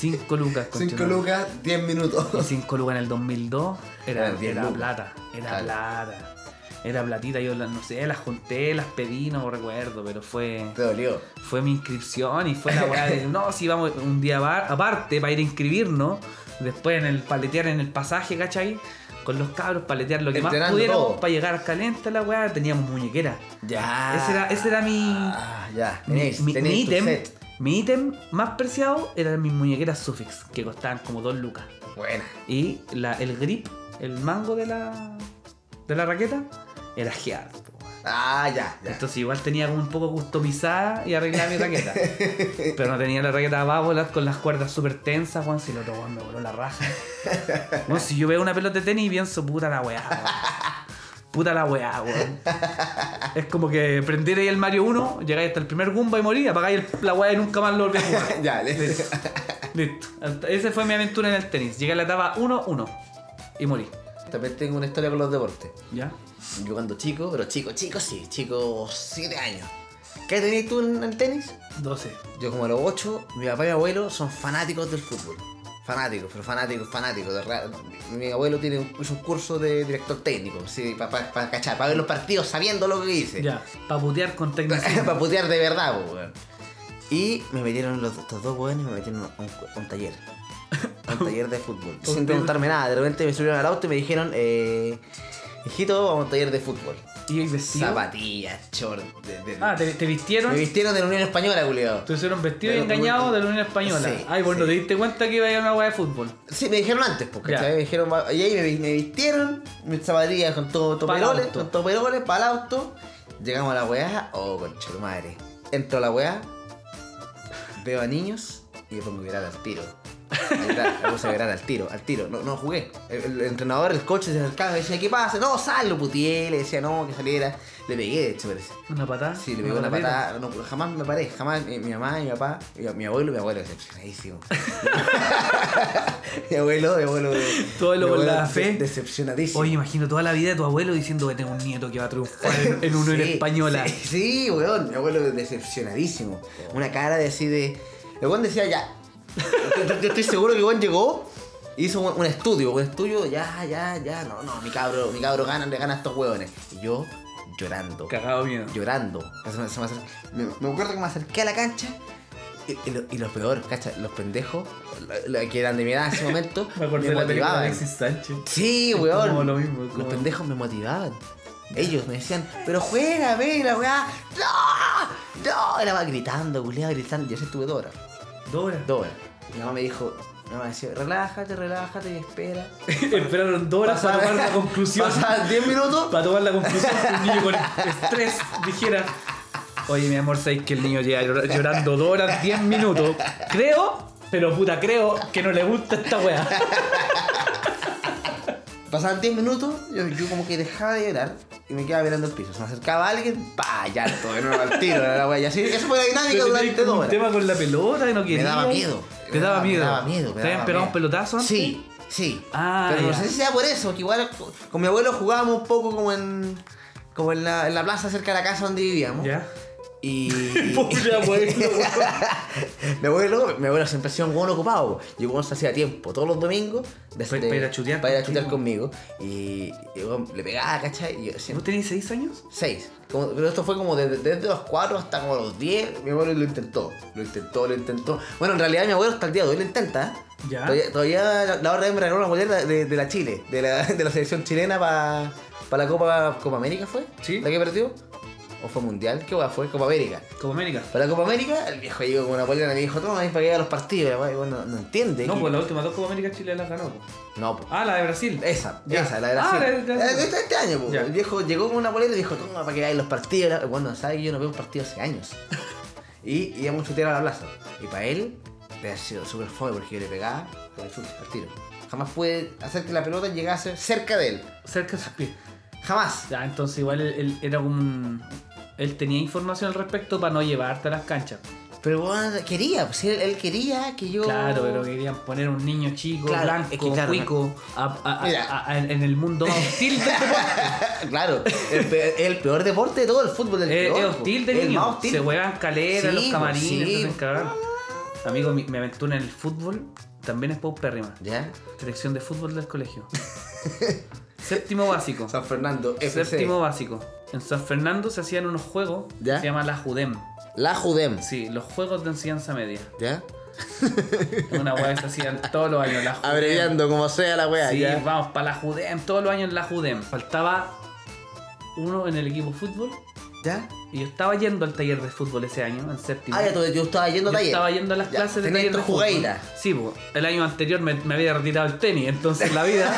[SPEAKER 3] 5 lucas.
[SPEAKER 2] 5 lucas, 10 minutos.
[SPEAKER 3] 5 lucas en el 2002 era,
[SPEAKER 2] Eran 10
[SPEAKER 3] era
[SPEAKER 2] lucas.
[SPEAKER 3] plata. Era
[SPEAKER 2] Claro.
[SPEAKER 3] plata. Era platita. Yo las- no sé, las junté, las pedí, no recuerdo, pero fue...
[SPEAKER 2] Te dolió.
[SPEAKER 3] Fue mi inscripción y fue la weá de no, si vamos un día bar- aparte para ir a inscribirnos, después en el paletear en el pasaje, ¿cachai? Con los cabros, paletear lo que más
[SPEAKER 2] Entrenando
[SPEAKER 3] pudiéramos
[SPEAKER 2] todo.
[SPEAKER 3] para llegar caliente a la weá, teníamos muñequera.
[SPEAKER 2] Ya.
[SPEAKER 3] Ese era- ese era mi-
[SPEAKER 2] Ah, ya.
[SPEAKER 3] Mi,
[SPEAKER 2] Tenéis,
[SPEAKER 3] mi-
[SPEAKER 2] tenéis
[SPEAKER 3] mi
[SPEAKER 2] tu
[SPEAKER 3] ítem,
[SPEAKER 2] set.
[SPEAKER 3] mi ítem más preciado eran mis muñequeras Sufix, que costaban como 2 lucas.
[SPEAKER 2] Buena.
[SPEAKER 3] Y la, el grip, el mango de la, de la raqueta, era Gear. po.
[SPEAKER 2] Ah, ya. ya.
[SPEAKER 3] Entonces igual tenía como un poco customizada y arreglada mi raqueta. Pero no tenía la raqueta bábola con las cuerdas súper tensas, Juan. Si el otro weón me voló la raja. Weón, si yo veo una pelota de tenis y pienso, puta la weá, weón. Puta la weá, weón. Es como que prendierais el Mario 1, llegáis hasta el primer Goomba y morís, apagáis el- la weá y nunca más lo volvéis a jugar.
[SPEAKER 2] ya, listo.
[SPEAKER 3] Listo. Listo. Esa fue mi aventura en el tenis. Llegué a la etapa 1-1 y morí.
[SPEAKER 2] También tengo una historia con los deportes.
[SPEAKER 3] ¿Ya?
[SPEAKER 2] Yo cuando chico, pero chico, chico sí, chico, 7 años. ¿Qué tenías tú en el tenis?
[SPEAKER 3] 12.
[SPEAKER 2] Yo como a los 8, mi papá y mi abuelo son fanáticos del fútbol. Fanáticos, pero fanáticos, fanáticos. de ra- mi abuelo tiene un, hizo un curso de director técnico, para cachar, para ver los partidos sabiendo lo que dice.
[SPEAKER 3] Ya. Para putear con técnicas.
[SPEAKER 2] para putear de verdad, po, weón. Y me metieron los, estos dos weones, me metieron a un, a un taller. A un taller de fútbol. Sin preguntarme nada, de repente me subieron al auto y me dijeron, eh, hijito, vamos a un taller de fútbol.
[SPEAKER 3] ¿Y hoy vestido?
[SPEAKER 2] Zapatillas, short. de- de-
[SPEAKER 3] Ah, ¿te, te vistieron?
[SPEAKER 2] Me vistieron de la Unión Española, culiado.
[SPEAKER 3] Te hicieron vestido y
[SPEAKER 2] Pero-
[SPEAKER 3] engañado de la Unión Española.
[SPEAKER 2] Sí,
[SPEAKER 3] Ay, bueno,
[SPEAKER 2] sí.
[SPEAKER 3] te diste cuenta que iba a ir a una weá de fútbol.
[SPEAKER 2] Sí, me dijeron antes, porque
[SPEAKER 3] Ya.
[SPEAKER 2] ¿sabes? me dijeron, va- y ahí me, vi- me vistieron, mis zapatillas con todo
[SPEAKER 3] Pa'l
[SPEAKER 2] toperoles,
[SPEAKER 3] auto.
[SPEAKER 2] con toperoles para el auto. Llegamos a la weá, oh concha tu madre. Entro a la weá, veo a niños y me pongo a llorar al tiro. A llorar, Me puse a llorar al tiro, al tiro. No, no jugué. El, el entrenador, el coche se acercaba y me decía, ¿qué pasa? No, sal, lo puteé, le decía no, que saliera. Le pegué, de hecho, parece.
[SPEAKER 3] ¿Una patada?
[SPEAKER 2] Sí, le pegó una patada. No, jamás me paré, jamás. Mi, mi mamá, mi papá, mi, mi abuelo, mi abuelo, decepcionadísimo. mi abuelo, mi abuelo.
[SPEAKER 3] Tu abuelo
[SPEAKER 2] mi
[SPEAKER 3] con la fe.
[SPEAKER 2] Decepcionadísimo.
[SPEAKER 3] Oye, imagino toda la vida de tu abuelo diciendo que tengo un nieto que va a triunfar en, en una Unión
[SPEAKER 2] Sí,
[SPEAKER 3] Española.
[SPEAKER 2] Sí, sí, weón, mi abuelo decepcionadísimo. Una cara de así de. El weón decía ya. Yo, yo- yo estoy seguro que el weón llegó. Hizo un, un estudio, un estudio, ya, ya, ya, no, no, mi cabro, mi cabro gana, le gana a estos hueones. Y yo llorando.
[SPEAKER 3] Cagado miedo.
[SPEAKER 2] llorando. Se me- se me acer- me, me acuerdo que me acerqué a la cancha y, y lo, y lo peor, cacha, los pendejos, lo- lo que eran de mi edad en ese momento,
[SPEAKER 3] Me
[SPEAKER 2] me,
[SPEAKER 3] acordé de la película
[SPEAKER 2] motivaban.
[SPEAKER 3] de Alexis Sánchez.
[SPEAKER 2] Sí,
[SPEAKER 3] Es
[SPEAKER 2] weón.
[SPEAKER 3] como lo mismo, es
[SPEAKER 2] Los
[SPEAKER 3] como-
[SPEAKER 2] pendejos me motivaban. Ellos me decían, pero juega, ve, la weá. ¡No! ¡No! Y la va gritando, culiado, gritando. Yo se estuve dos horas.
[SPEAKER 3] Dora.
[SPEAKER 2] Dos horas. Mi mamá me dijo, mi mamá me decía, relájate, relájate y espera.
[SPEAKER 3] Esperaron dos horas para
[SPEAKER 2] Pasaba-
[SPEAKER 3] tomar la conclusión.
[SPEAKER 2] Pasaban 10 minutos.
[SPEAKER 3] Para tomar la conclusión que un niño con estrés dijera. Oye, mi amor, sabéis que el niño lleva llor- llorando dos horas, diez minutos. Creo, pero puta, creo que no le gusta esta weá.
[SPEAKER 2] Pasaban 10 minutos, yo, yo como que dejaba de llorar y me quedaba mirando el piso. Se me acercaba alguien, pa, ya, todo no al tiro, la wea. Y así, esa fue la dinámica
[SPEAKER 3] Pero tenéis
[SPEAKER 2] durante
[SPEAKER 3] como
[SPEAKER 2] dos
[SPEAKER 3] un
[SPEAKER 2] horas.
[SPEAKER 3] tema con la pelota que no
[SPEAKER 2] Me
[SPEAKER 3] quería.
[SPEAKER 2] daba miedo.
[SPEAKER 3] Te daba miedo.
[SPEAKER 2] Me daba miedo. me
[SPEAKER 3] ¿Te habían
[SPEAKER 2] daba
[SPEAKER 3] pegado
[SPEAKER 2] miedo.
[SPEAKER 3] un pelotazo antes?
[SPEAKER 2] Sí, sí.
[SPEAKER 3] Ah,
[SPEAKER 2] Pero no
[SPEAKER 3] ya.
[SPEAKER 2] sé si sea por eso, que igual con mi abuelo jugábamos un poco como en, como en, la, en la plaza cerca de la casa donde vivíamos.
[SPEAKER 3] Ya.
[SPEAKER 2] Y.
[SPEAKER 3] Pobre abuelo, weón.
[SPEAKER 2] mi abuelo, mi abuelo siempre ha sido un buen ocupado. Y bueno, se hacía tiempo todos los domingos de-
[SPEAKER 3] Pa-
[SPEAKER 2] de-
[SPEAKER 3] pa ir a chutear
[SPEAKER 2] para ir a
[SPEAKER 3] contigo.
[SPEAKER 2] chutear conmigo. Y, y, bueno, le pegaba, ¿cachai? Y yo decía,
[SPEAKER 3] ¿Vos tenés seis años?
[SPEAKER 2] Seis. Como- pero esto fue como desde, desde los 4 hasta como los 10. Mi abuelo lo intentó. Lo intentó, lo intentó. Bueno, en realidad mi abuelo hasta el día de hoy lo intenta. ¿eh?
[SPEAKER 3] Ya.
[SPEAKER 2] Todavía, todavía la- la otra vez me regaló una bolera de, de la Chile, de la, de la selección chilena para la Copa, Copa América, ¿fue?
[SPEAKER 3] Sí.
[SPEAKER 2] ¿La que perdió? ¿O fue Mundial? ¿Qué hueá fue? Copa América.
[SPEAKER 3] Como América.
[SPEAKER 2] Para la Copa América, el viejo llegó con una bolera y me dijo, toma, ahí para que vea los partidos. Y la weá, bueno, no entiende.
[SPEAKER 3] No,
[SPEAKER 2] que-
[SPEAKER 3] pues las últimas dos Copa América Chile las ganó. po.
[SPEAKER 2] No, po.
[SPEAKER 3] Ah, la de Brasil.
[SPEAKER 2] Esa,
[SPEAKER 3] Ya.
[SPEAKER 2] esa, la de la
[SPEAKER 3] Ah,
[SPEAKER 2] serie.
[SPEAKER 3] la de- la de-
[SPEAKER 2] Este, este año, po.
[SPEAKER 3] Ya.
[SPEAKER 2] el viejo llegó con una polera y dijo, toma para que veáis los partidos. Bueno, sabe que yo no veo un partido hace años. y íbamos a chutear a la plaza. Y para él, le ha sido súper fome porque yo le pegaba con el chute al tiro. Jamás pude hacer que la pelota llegase cerca de él.
[SPEAKER 3] Cerca de sus pies.
[SPEAKER 2] Jamás.
[SPEAKER 3] Ya, entonces igual él, él era un... Él tenía información al respecto para no llevarte a las canchas.
[SPEAKER 2] Pero bueno, quería, pues él, él quería que yo.
[SPEAKER 3] Claro, pero querían poner un niño chico,
[SPEAKER 2] Claro,
[SPEAKER 3] blanco,
[SPEAKER 2] es que claro,
[SPEAKER 3] cuico, a- a- a-
[SPEAKER 2] Mira.
[SPEAKER 3] a- a- en el mundo más hostil del deporte.
[SPEAKER 2] claro, el peor, el peor deporte de todo el fútbol del
[SPEAKER 3] Es
[SPEAKER 2] peor,
[SPEAKER 3] Eh, es
[SPEAKER 2] po.
[SPEAKER 3] hostil de
[SPEAKER 2] El
[SPEAKER 3] niño.
[SPEAKER 2] más hostil.
[SPEAKER 3] Se juegan caleras,
[SPEAKER 2] Sí,
[SPEAKER 3] los camarines,
[SPEAKER 2] pues, sí.
[SPEAKER 3] se hacen cagar. Amigo, mi- me aventura en el fútbol también es paupérrima.
[SPEAKER 2] ¿Ya?
[SPEAKER 3] Selección de fútbol del colegio. Séptimo básico.
[SPEAKER 2] San Fernando, FC.
[SPEAKER 3] Séptimo básico. En San Fernando se hacían unos juegos
[SPEAKER 2] ¿Ya?
[SPEAKER 3] que se llama la Judem.
[SPEAKER 2] La Judem.
[SPEAKER 3] Sí, los juegos de enseñanza media.
[SPEAKER 2] ¿Ya?
[SPEAKER 3] Una weá que se hacían todos los años. La Judem.
[SPEAKER 2] Abreviando como sea la wea.
[SPEAKER 3] Sí,
[SPEAKER 2] ya.
[SPEAKER 3] vamos, para la Judem, todos los años en la Judem. Faltaba uno en el equipo de fútbol
[SPEAKER 2] ¿Ya?
[SPEAKER 3] y yo estaba yendo al taller de fútbol ese año, en séptimo.
[SPEAKER 2] Ah, ya tú, yo estaba yendo
[SPEAKER 3] Yo
[SPEAKER 2] a taller.
[SPEAKER 3] estaba yendo a las
[SPEAKER 2] Ya,
[SPEAKER 3] clases de
[SPEAKER 2] tenías
[SPEAKER 3] taller de
[SPEAKER 2] tu jugueira.
[SPEAKER 3] fútbol. Sí, po. el año anterior me, me había retirado el tenis, entonces la vida,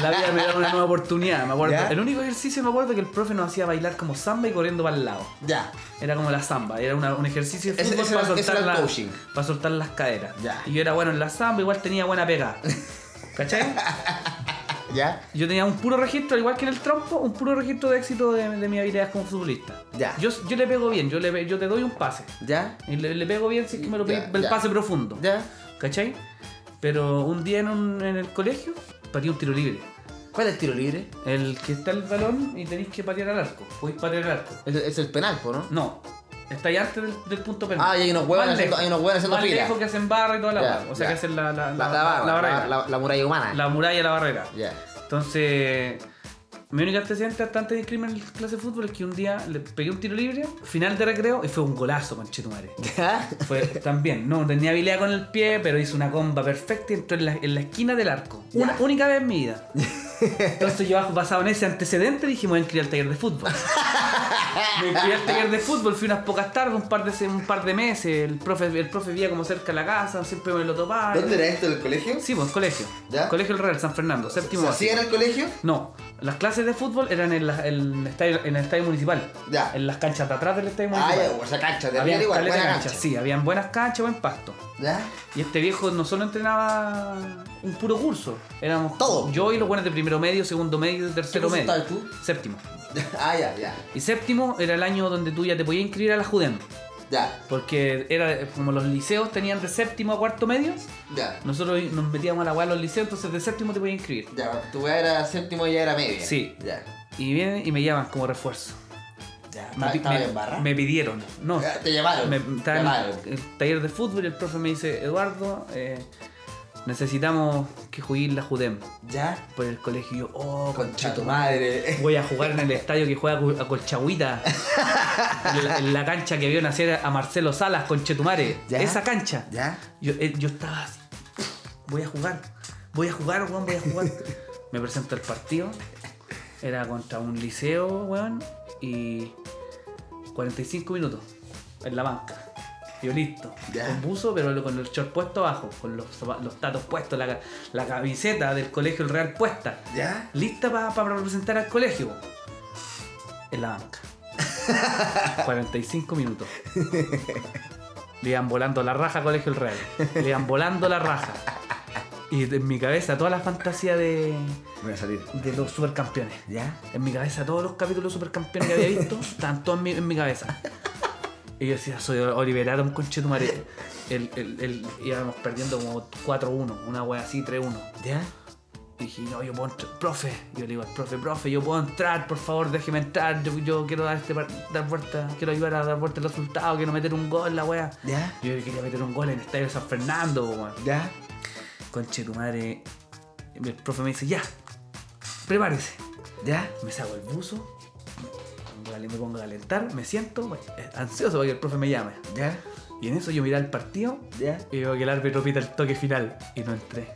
[SPEAKER 3] la vida me dio una nueva oportunidad. Me acuerdo,
[SPEAKER 2] ¿Ya?
[SPEAKER 3] el único ejercicio me acuerdo que el profe nos hacía bailar como samba y corriendo para el lado.
[SPEAKER 2] Ya.
[SPEAKER 3] Era como la samba, era una- un ejercicio de
[SPEAKER 2] Ese-
[SPEAKER 3] fútbol
[SPEAKER 2] ese
[SPEAKER 3] para,
[SPEAKER 2] era- ese
[SPEAKER 3] soltar
[SPEAKER 2] era el
[SPEAKER 3] la-
[SPEAKER 2] coaching.
[SPEAKER 3] para soltar las caderas.
[SPEAKER 2] Ya.
[SPEAKER 3] Y yo era bueno en la samba, igual tenía buena pega. ¿Cachai?
[SPEAKER 2] Ya.
[SPEAKER 3] Yo tenía un puro registro, al igual que en el trompo, un puro registro de éxito de, de mis habilidades como futbolista.
[SPEAKER 2] Ya.
[SPEAKER 3] Yo, yo le pego bien, yo, le, pe- yo te doy un pase.
[SPEAKER 2] Ya.
[SPEAKER 3] Y le, le pego bien si es que me lo
[SPEAKER 2] Ya,
[SPEAKER 3] pedís, el
[SPEAKER 2] ya.
[SPEAKER 3] pase profundo.
[SPEAKER 2] Ya.
[SPEAKER 3] ¿Cachai? Pero un día en, un- en el colegio pateé un tiro libre.
[SPEAKER 2] ¿Cuál es el tiro libre?
[SPEAKER 3] El que está el balón y tenéis que patear al arco. Podéis patear al arco.
[SPEAKER 2] Es, es el penal, po, ¿no?
[SPEAKER 3] No. Está ahí antes del, del punto penal.
[SPEAKER 2] Ah, y hay unos hueones
[SPEAKER 3] Más
[SPEAKER 2] haciendo-
[SPEAKER 3] lejos.
[SPEAKER 2] hay unos hueones haciendo
[SPEAKER 3] Más
[SPEAKER 2] fila.
[SPEAKER 3] lejos que hacen barra y toda la
[SPEAKER 2] Ya,
[SPEAKER 3] barra. O sea,
[SPEAKER 2] ya.
[SPEAKER 3] que hacen la, la,
[SPEAKER 2] La, la barra, la,
[SPEAKER 3] barrera.
[SPEAKER 2] la- la muralla humana.
[SPEAKER 3] La muralla, la barrera.
[SPEAKER 2] Ya.
[SPEAKER 3] Entonces, Mi único antecedente hasta antes de inscribirme en clase de fútbol es que un día le pegué un tiro libre, final de recreo, y fue un golazo, conchetumare.
[SPEAKER 2] ¿Ya?
[SPEAKER 3] Fue también, no tenía habilidad con el pie, pero hizo una comba perfecta y entró en la, en la esquina del arco. Una
[SPEAKER 2] Ya.
[SPEAKER 3] única vez en mi vida. Entonces yo basado en ese antecedente dijimos, voy a inscribir al taller de fútbol. Me inscribí al taller de fútbol, fui unas pocas tardes, un par de, se- un par de meses. El profe, el profe vivía como cerca de la casa, siempre me lo topaba.
[SPEAKER 2] ¿Dónde era esto? ¿El colegio?
[SPEAKER 3] Sí, pues colegio.
[SPEAKER 2] ¿Ya?
[SPEAKER 3] Colegio El Real, San Fernando, séptimo.
[SPEAKER 2] ¿Se
[SPEAKER 3] básico.
[SPEAKER 2] hacía en el colegio?
[SPEAKER 3] No, las clases de fútbol eran en, la- en el, estadio, en el estadio municipal.
[SPEAKER 2] Ya.
[SPEAKER 3] En las canchas de atrás del estadio
[SPEAKER 2] Ah,
[SPEAKER 3] municipal.
[SPEAKER 2] ya, o sea, cancha, de
[SPEAKER 3] Habían
[SPEAKER 2] arriba igual,
[SPEAKER 3] caleta
[SPEAKER 2] buena
[SPEAKER 3] de
[SPEAKER 2] cancha.
[SPEAKER 3] canchas, Sí, habían buenas canchas, buen pasto.
[SPEAKER 2] ¿Ya?
[SPEAKER 3] Y este viejo no solo entrenaba un puro curso, éramos
[SPEAKER 2] Todo.
[SPEAKER 3] Yo y los buenos de primero medio, segundo medio, tercero
[SPEAKER 2] curso
[SPEAKER 3] medio.
[SPEAKER 2] estabas tú?
[SPEAKER 3] Séptimo.
[SPEAKER 2] Ah, ya, ya.
[SPEAKER 3] Y séptimo era el año donde tú ya te podías inscribir a la Judem.
[SPEAKER 2] Ya,
[SPEAKER 3] Porque era eh, como los liceos tenían de séptimo a cuarto medio,
[SPEAKER 2] ya.
[SPEAKER 3] nosotros nos metíamos a la hueá de los liceos, entonces de séptimo te podías inscribir.
[SPEAKER 2] Ya, tu weá era séptimo y ya era media.
[SPEAKER 3] Sí.
[SPEAKER 2] Ya.
[SPEAKER 3] Y vienen y me llaman como refuerzo.
[SPEAKER 2] Ya.
[SPEAKER 3] Me, pi-
[SPEAKER 2] ¿Estaba
[SPEAKER 3] me-
[SPEAKER 2] en barra?
[SPEAKER 3] me pidieron. No,
[SPEAKER 2] Ya, Te llamaron.
[SPEAKER 3] me,
[SPEAKER 2] Te
[SPEAKER 3] estaba en
[SPEAKER 2] llamaron.
[SPEAKER 3] el taller de fútbol y el profe me dice, Eduardo, eh, necesitamos que juegues la Judem
[SPEAKER 2] Ya.
[SPEAKER 3] por el colegio. Y yo, oh,
[SPEAKER 2] Concha tu
[SPEAKER 3] conchito.
[SPEAKER 2] madre.
[SPEAKER 3] Voy a jugar en el estadio que juega Col- a Colchagüita. en, la, en la cancha que vio nacer a Marcelo Salas, Conchetumare.
[SPEAKER 2] Ya.
[SPEAKER 3] Esa cancha.
[SPEAKER 2] Ya.
[SPEAKER 3] Yo, eh, yo estaba así. Voy a jugar. Voy a jugar, weón, voy a jugar. Me presento al partido. Era contra un liceo, weón. Y 45 minutos en la banca. Yo listo.
[SPEAKER 2] Ya.
[SPEAKER 3] Con buzo, pero con el short puesto abajo. Con los, zapa- los tatos puestos, la, ca- la camiseta del colegio El Real puesta.
[SPEAKER 2] Ya.
[SPEAKER 3] Lista para representar al colegio. En la banca. 45 minutos. Le iban volando la raja a Colegio El Real. Le iban volando la raja. Y en mi cabeza toda la fantasía de,
[SPEAKER 2] Voy a salir.
[SPEAKER 3] de los supercampeones.
[SPEAKER 2] Ya.
[SPEAKER 3] En mi cabeza todos los capítulos de supercampeones que había visto estaban todos en mi, en mi cabeza. Y yo decía, soy Oliver Atom con Chetumare. El, el, el, íbamos perdiendo como 4-1, una wea así, 3-1.
[SPEAKER 2] Ya.
[SPEAKER 3] Y dije, no, yo puedo entrar, profe. Yo le digo al profe, profe, yo puedo entrar, por favor, déjeme entrar. Yo, yo quiero dar, este par- dar vuelta, quiero ayudar a dar vuelta el resultado, quiero meter un gol, la wea.
[SPEAKER 2] Ya.
[SPEAKER 3] Yo quería meter un gol en el estadio San Fernando, weón.
[SPEAKER 2] Ya.
[SPEAKER 3] Conche tu madre. El profe me dice, ya, prepárese.
[SPEAKER 2] Ya.
[SPEAKER 3] Me saco el buzo, me me pongo a calentar, me siento, weón, ansioso para que el profe me llame.
[SPEAKER 2] Ya.
[SPEAKER 3] Y en eso yo miré el partido
[SPEAKER 2] Ya.
[SPEAKER 3] y veo que el árbitro pita el toque final y no entré.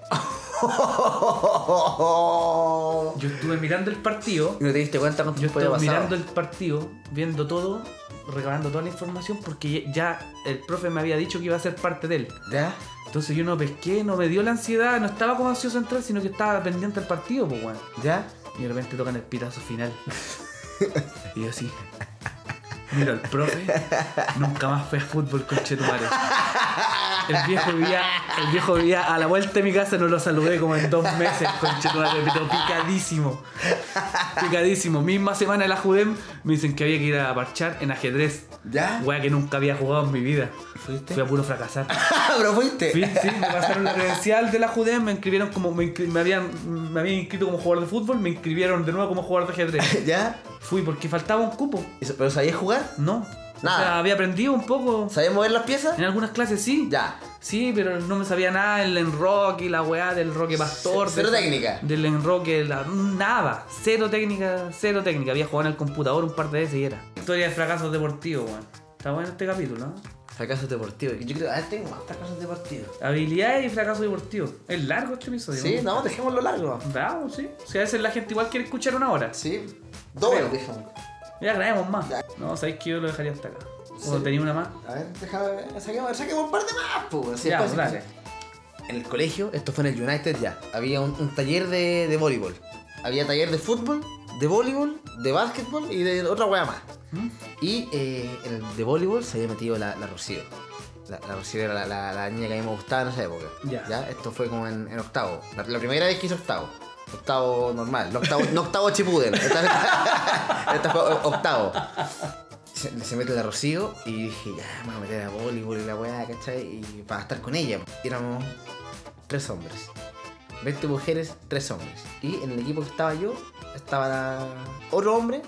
[SPEAKER 3] Yo estuve mirando el partido.
[SPEAKER 2] ¿Y no te diste cuenta cuánto
[SPEAKER 3] Yo
[SPEAKER 2] tiempo había
[SPEAKER 3] estoy
[SPEAKER 2] pasado?
[SPEAKER 3] mirando el partido, viendo todo, recabando toda la información, porque ya el profe me había dicho que iba a ser parte de él.
[SPEAKER 2] ¿Ya?
[SPEAKER 3] Entonces yo no pesqué, no me dio la ansiedad, no estaba como ansioso de entrar, sino que estaba pendiente del partido, pues weón.
[SPEAKER 2] ¿Ya?
[SPEAKER 3] Y de repente tocan el pitazo final. y yo así. Miro al profe. Nunca más fue a fútbol con Chetumare. El viejo, vivía, el viejo vivía a la vuelta de mi casa, no lo saludé como en dos meses con Chetumare, pero picadísimo. Picadísimo. Misma semana en la Judem me dicen que había que ir a parchar en ajedrez.
[SPEAKER 2] ¿Ya?
[SPEAKER 3] Wea que nunca había jugado en mi vida.
[SPEAKER 2] ¿Fuiste? Ah,
[SPEAKER 3] Fui a puro fracasar.
[SPEAKER 2] Pero fuiste.
[SPEAKER 3] Sí, sí, me pasaron la credencial de la Judem, me inscribieron como. Me, inscri- me habían, me habían inscrito como jugador de fútbol, me inscribieron de nuevo como jugador de ajedrez.
[SPEAKER 2] ¿Ya?
[SPEAKER 3] Fui porque faltaba un cupo.
[SPEAKER 2] Eso- ¿Pero sabías jugar?
[SPEAKER 3] No.
[SPEAKER 2] Nada.
[SPEAKER 3] O sea, había aprendido un poco.
[SPEAKER 2] ¿Sabías mover las piezas?
[SPEAKER 3] En algunas clases sí.
[SPEAKER 2] Ya.
[SPEAKER 3] Sí, pero no me sabía nada del enroque y la weá del roque pastor.
[SPEAKER 2] Cero
[SPEAKER 3] del-
[SPEAKER 2] técnica.
[SPEAKER 3] Del enroque, la- nada. Cero técnica, cero técnica. Había jugado en el computador un par de veces y era. Historia de fracasos deportivos, weón. Está bueno este capítulo, ¿no?
[SPEAKER 2] Fracasos deportivos. Yo creo, a ver, tengo más fracasos deportivos.
[SPEAKER 3] Habilidades y fracasos deportivos. Es largo este episodio.
[SPEAKER 2] Sí, no, dejémoslo largo.
[SPEAKER 3] Bravo, Pues sí. Si a veces la gente igual quiere escuchar una hora.
[SPEAKER 2] Sí. Doble,
[SPEAKER 3] Creo.
[SPEAKER 2] dejémoslo.
[SPEAKER 3] Ya grabemos más.
[SPEAKER 2] Ya.
[SPEAKER 3] No, sabéis que yo lo dejaría hasta acá.
[SPEAKER 2] Sí.
[SPEAKER 3] O tenía una más.
[SPEAKER 2] A ver, déjame ver. Saquemos, saquemos un par de más, pues.
[SPEAKER 3] ya, pues, dale.
[SPEAKER 2] En el colegio, esto fue en el United ya, había un, un taller de, de voleibol. Había taller de fútbol, de voleibol, de básquetbol y de otra weá más.
[SPEAKER 3] ¿Mm?
[SPEAKER 2] Y eh, en el de voleibol se había metido la, la Rocío. La, la Rocío era la, la- la niña que a mí me gustaba en esa época.
[SPEAKER 3] Ya.
[SPEAKER 2] Esto fue como en, en octavo. La, la primera vez que hice octavo. Octavo normal. No octavo, no octavo chipuden. Esta, esta fue o- octavo. Se, se mete la Rocío y dije, ya, me voy a meter a voleibol y la weá, ¿cachai? Y para estar con ella. Y éramos tres hombres. 20 mujeres, 3 hombres. Y en el equipo que estaba yo, estaba la- otro hombre,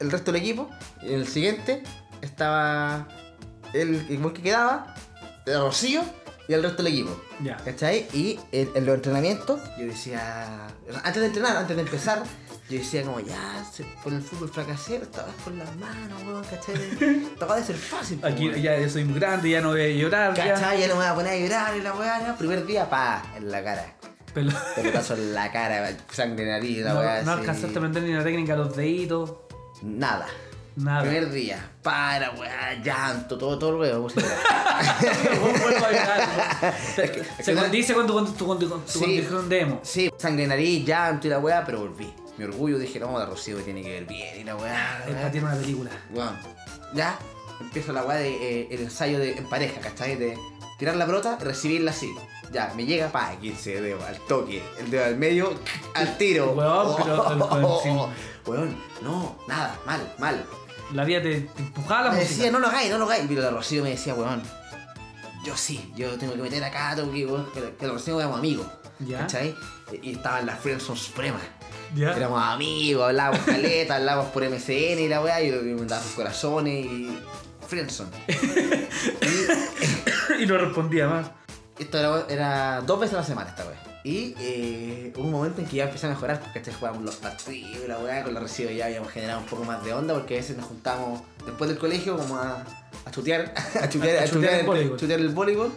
[SPEAKER 2] el resto del equipo. Y en el siguiente estaba el equipo que quedaba, el Rocío y el resto del equipo.
[SPEAKER 3] Ya.
[SPEAKER 2] ¿Cachai? Y en, en los entrenamientos, yo decía, antes de entrenar, antes de empezar, yo decía como, ya, se- por el fútbol fracasé, estabas con las manos, weón, ¿cachai? Estaba de ser fácil, po,
[SPEAKER 3] Aquí
[SPEAKER 2] weón.
[SPEAKER 3] ya soy muy grande, ya no voy a llorar. Ya.
[SPEAKER 2] ¿Cachai? Ya no me voy a poner a llorar y la weá, ya. Primer día, pa, en la cara.
[SPEAKER 3] Pero-
[SPEAKER 2] Pelotazo en la cara, sangre en la nariz, la
[SPEAKER 3] no
[SPEAKER 2] weá.
[SPEAKER 3] no este
[SPEAKER 2] así.
[SPEAKER 3] alcanzaste a aprender ni la técnica de los deditos,
[SPEAKER 2] Nada.
[SPEAKER 3] nada.
[SPEAKER 2] Primer día, para, weá, llanto, todo, todo el weón. pues,
[SPEAKER 3] Vos vuelvo a llorar, ¿no?
[SPEAKER 2] Es que- es que
[SPEAKER 3] Se
[SPEAKER 2] no-
[SPEAKER 3] condice con tu, con tu, con tu- con tu
[SPEAKER 2] Sí.
[SPEAKER 3] condición demo.
[SPEAKER 2] Sí, sangre en la nariz, llanto y la weá, pero volví. Mi orgullo dije, no, la Rocío me tiene que ver bien y la weá. la
[SPEAKER 3] Eh,
[SPEAKER 2] weá.
[SPEAKER 3] Para ti era una película.
[SPEAKER 2] Weón, ya empieza la weá de eh, el ensayo de, en pareja, ¿cachai? De tirar la brota, recibirla así. Ya, me llega, pa, 15 dedos al toque, el dedo al medio, al tiro.
[SPEAKER 3] Weón, pero-
[SPEAKER 2] Weón, no, nada, mal, mal.
[SPEAKER 3] La vida te, te empujaba a la
[SPEAKER 2] Me
[SPEAKER 3] música.
[SPEAKER 2] decía, no lo hagáis, no lo hagáis. Y la Rocío me decía, weón, yo sí, yo tengo que meter acá, tengo que, weón, que, que la Rocío éramos amigos,
[SPEAKER 3] Ya.
[SPEAKER 2] ¿cachai? Y estaban las Friendzone Supremas.
[SPEAKER 3] ¿Ya?
[SPEAKER 2] Éramos amigos, hablábamos caleta, hablábamos por MCN y la weá, y yo me mandaba sus corazones y. Friendson.
[SPEAKER 3] y no respondía más.
[SPEAKER 2] Esto era, era dos veces a la semana esta weá. Y eh, hubo un momento en que ya empecé a mejorar, porque este jugábamos los partidos y la weá, con la recibo ya habíamos generado un poco más de onda, porque a veces nos juntábamos después del colegio como a, a chutear, a chutear,
[SPEAKER 3] A
[SPEAKER 2] a,
[SPEAKER 3] chutear
[SPEAKER 2] chutear
[SPEAKER 3] el
[SPEAKER 2] el-
[SPEAKER 3] voleibol.
[SPEAKER 2] chutear el voleibol.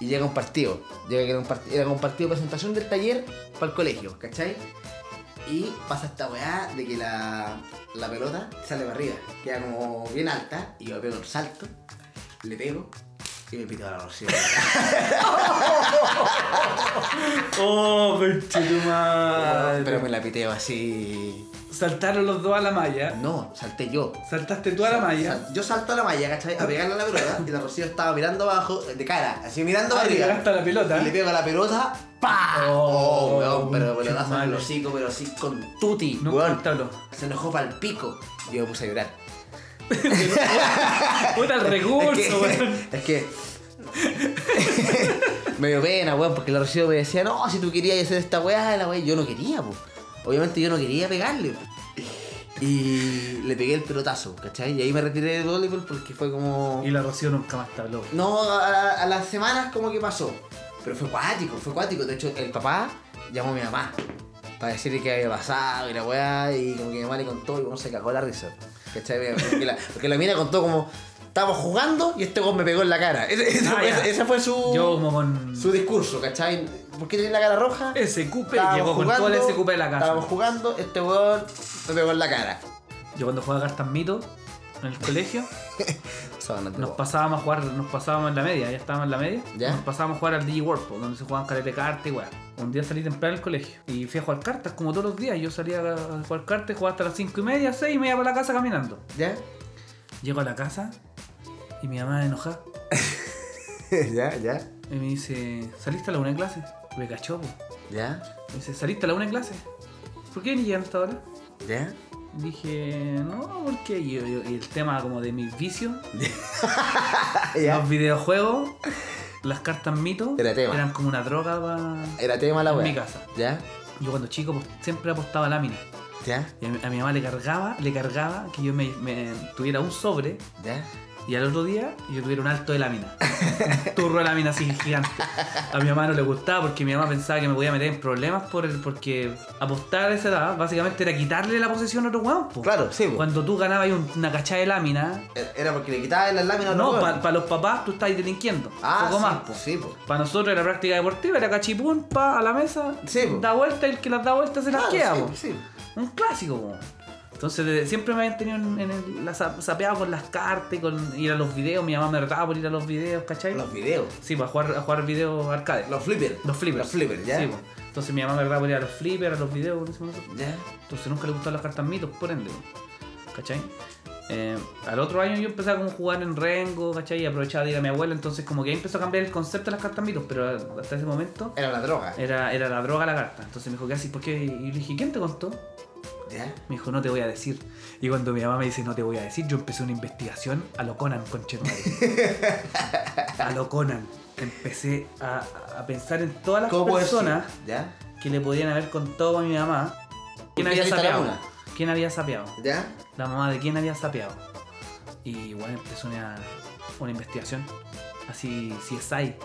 [SPEAKER 2] Y llega un partido. Llega que era un, partido era como un partido de presentación del taller para el colegio, ¿cachai? Y pasa esta weá de que la, la pelota sale para arriba, queda como bien alta, y yo pego un salto, le pego y me pito a la Rocío.
[SPEAKER 3] Oh,
[SPEAKER 2] Weón,
[SPEAKER 3] pero
[SPEAKER 2] Pero me la piteo así.
[SPEAKER 3] Saltaron los dos a la malla.
[SPEAKER 2] No, salté yo.
[SPEAKER 3] Saltaste tú a la
[SPEAKER 2] Sal-
[SPEAKER 3] malla.
[SPEAKER 2] sal- yo salto a la malla, ¿cachai? A pegarle a la pelota. y la Rocío estaba mirando abajo, de cara, así mirando
[SPEAKER 3] Ah,
[SPEAKER 2] para
[SPEAKER 3] le
[SPEAKER 2] arriba.
[SPEAKER 3] pegaste a la pelota. ¿eh?
[SPEAKER 2] Y le pego a la pelota. ¡Pah!
[SPEAKER 3] Oh,
[SPEAKER 2] Oh, weón, pero me lo das
[SPEAKER 3] madre.
[SPEAKER 2] el hocico, pero así con tuti,
[SPEAKER 3] No
[SPEAKER 2] weón.
[SPEAKER 3] cuéntalo.
[SPEAKER 2] Se enojó para el pico. Y yo me puse a llorar.
[SPEAKER 3] Puta el recurso,
[SPEAKER 2] es que,
[SPEAKER 3] weón.
[SPEAKER 2] Es que. me dio pena, weón, porque la Rocío me decía, no, si tú querías hacer esta weá, la weá, yo no quería, po. Obviamente yo no quería pegarle. po. Y le pegué el pelotazo, ¿cachai? Y ahí me retiré de voleibol porque fue como.
[SPEAKER 3] Y la Rocío nunca más te habló.
[SPEAKER 2] No, a, a- a las semanas como que pasó. Pero fue cuático, fue cuático. De hecho, el papá llamó a mi mamá para decirle que había pasado y la weá. Y como que mi mamá le contó y uno se cagó la risa. ¿Cachai? Porque la, porque la mina contó como, estábamos jugando y este weón me pegó en la cara. Ese, ese
[SPEAKER 3] Ah,
[SPEAKER 2] fue-
[SPEAKER 3] ya.
[SPEAKER 2] ese fue su,
[SPEAKER 3] Yo como con.
[SPEAKER 2] su discurso, ¿cachai? ¿Por qué tenía la cara roja?
[SPEAKER 3] Ese cupe
[SPEAKER 2] Estábamos
[SPEAKER 3] llegó con todo el ese cupe de la casa.
[SPEAKER 2] Estábamos jugando, este weón me pegó en la cara.
[SPEAKER 3] Yo cuando jugaba cartas mito en el colegio,
[SPEAKER 2] Sábanas de
[SPEAKER 3] nos
[SPEAKER 2] weón.
[SPEAKER 3] pasábamos a jugar, nos pasábamos en la media, ya estábamos en la media,
[SPEAKER 2] ¿Ya?
[SPEAKER 3] nos pasábamos a jugar al DJ Warp, donde se jugaban caleta de cartas y weá. Un día salí temprano del colegio y fui a jugar cartas como todos los días. Yo salía a jugar cartas, jugaba hasta las 5 y media, 6 y media para la casa caminando.
[SPEAKER 2] ¿Ya?
[SPEAKER 3] Llego a la casa y mi mamá enojada
[SPEAKER 2] ¿Ya? ¿Ya?
[SPEAKER 3] y me dice, ¿saliste a la una en clase? Me cachó, po.
[SPEAKER 2] ¿Ya?
[SPEAKER 3] Me dice, ¿saliste a la una en clase? ¿Por qué ni llegan hasta ahora?
[SPEAKER 2] ¿Ya?
[SPEAKER 3] Dije, no, porque y- y- y el tema como de mis vicios
[SPEAKER 2] ¿Ya?
[SPEAKER 3] Los videojuegos, las cartas mito,
[SPEAKER 2] Era tema.
[SPEAKER 3] eran como una droga para...
[SPEAKER 2] Era tema la
[SPEAKER 3] En
[SPEAKER 2] weá.
[SPEAKER 3] mi casa.
[SPEAKER 2] ¿Ya?
[SPEAKER 3] Yo cuando chico pues, siempre apostaba láminas.
[SPEAKER 2] ¿Ya?
[SPEAKER 3] Y a mi, a mi mamá le cargaba, le cargaba que yo me, me tuviera un sobre
[SPEAKER 2] ¿Ya?
[SPEAKER 3] y al otro día yo tuviera un alto de lámina. un turro de lámina así gigante. A mi mamá no le gustaba porque mi mamá pensaba que me podía meter en problemas por el, porque apostar a esa edad básicamente era quitarle la posesión a otro hueón. po.
[SPEAKER 2] Claro, sí. po.
[SPEAKER 3] Cuando tú ganabas ahí un- una cachada de lámina,
[SPEAKER 2] Era- Era porque le quitaba las láminas a los
[SPEAKER 3] no,
[SPEAKER 2] huevos.
[SPEAKER 3] para los papás tú estás delinquiendo.
[SPEAKER 2] Ah,
[SPEAKER 3] poco
[SPEAKER 2] sí,
[SPEAKER 3] más, po.
[SPEAKER 2] sí, po.
[SPEAKER 3] Para nosotros era práctica deportiva, era cachipún, pa, a la mesa,
[SPEAKER 2] Sí, po.
[SPEAKER 3] da vuelta y el que las da vuelta se las
[SPEAKER 2] Claro,
[SPEAKER 3] queda,
[SPEAKER 2] sí,
[SPEAKER 3] po.
[SPEAKER 2] sí.
[SPEAKER 3] Un clásico, po. Entonces desde siempre me habían tenido en, en el- la sa- sapeado con las cartas, y con ir a los videos, mi mamá me retaba por ir a los videos, ¿cachai?
[SPEAKER 2] Los videos.
[SPEAKER 3] Sí, para jugar, a jugar videos arcade.
[SPEAKER 2] Los flippers.
[SPEAKER 3] Los flippers.
[SPEAKER 2] Los flippers, ¿ya?
[SPEAKER 3] Sí, po. Entonces mi mamá me retaba por ir a los flippers, a los videos, por eso, por eso.
[SPEAKER 2] ¿Ya?
[SPEAKER 3] Entonces nunca le gustaron las cartas mitos, por ende. ¿Cachai? Eh, al otro año yo empecé a como jugar en Rengo, ¿cachai? Y aprovechaba de ir a mi abuela, entonces como que ahí empezó a cambiar el concepto de las cartas mitos, pero hasta ese momento
[SPEAKER 2] Era la droga.
[SPEAKER 3] era, era la droga la carta. Entonces me dijo, ¿qué haces? ¿Por qué? Y le dije, ¿quién te contó?
[SPEAKER 2] ¿Ya?
[SPEAKER 3] Me dijo, no te voy a decir. Y cuando mi mamá me dice, no te voy a decir, yo empecé una investigación a lo Conan, conchetumare. a lo Conan. Empecé a, a pensar en todas las
[SPEAKER 2] ¿Cómo es?
[SPEAKER 3] personas
[SPEAKER 2] ¿Ya?
[SPEAKER 3] que le podían haber contado a mi mamá. ¿Quién
[SPEAKER 2] qué
[SPEAKER 3] había
[SPEAKER 2] saliste a la
[SPEAKER 3] sapeado?
[SPEAKER 2] una?
[SPEAKER 3] ¿Quién había sapeado?
[SPEAKER 2] ¿Ya?
[SPEAKER 3] La mamá de quién había sapeado. Y bueno, empezó una, una investigación. Así, si es ahí.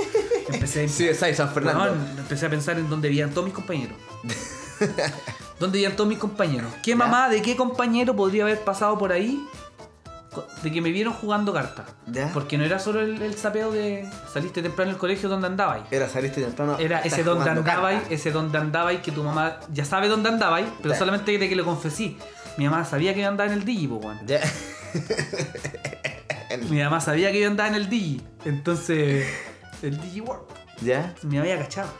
[SPEAKER 3] Empecé a
[SPEAKER 2] Sí, es ahí, San Fernando.
[SPEAKER 3] Weón, empecé a pensar en dónde vivían todos mis compañeros. donde iban todos mis compañeros. ¿Qué mamá de qué compañero podría haber pasado por ahí co- de que me vieron jugando cartas?
[SPEAKER 2] Ya.
[SPEAKER 3] Porque no era solo el, el sapeo de saliste temprano del colegio donde andabais.
[SPEAKER 2] Era saliste temprano.
[SPEAKER 3] Era
[SPEAKER 2] estás
[SPEAKER 3] ese donde
[SPEAKER 2] jugando
[SPEAKER 3] andabais,
[SPEAKER 2] cartas.
[SPEAKER 3] ese donde andabais que tu mamá ya sabe dónde andabais, pero
[SPEAKER 2] Sí.
[SPEAKER 3] solamente de que lo confesí. Mi mamá sabía que yo andaba en el Digi, po, weón.
[SPEAKER 2] Ya.
[SPEAKER 3] Mi mamá sabía que yo andaba en el Digi. Entonces, el Digi World.
[SPEAKER 2] ¿Ya?
[SPEAKER 3] me había cachado.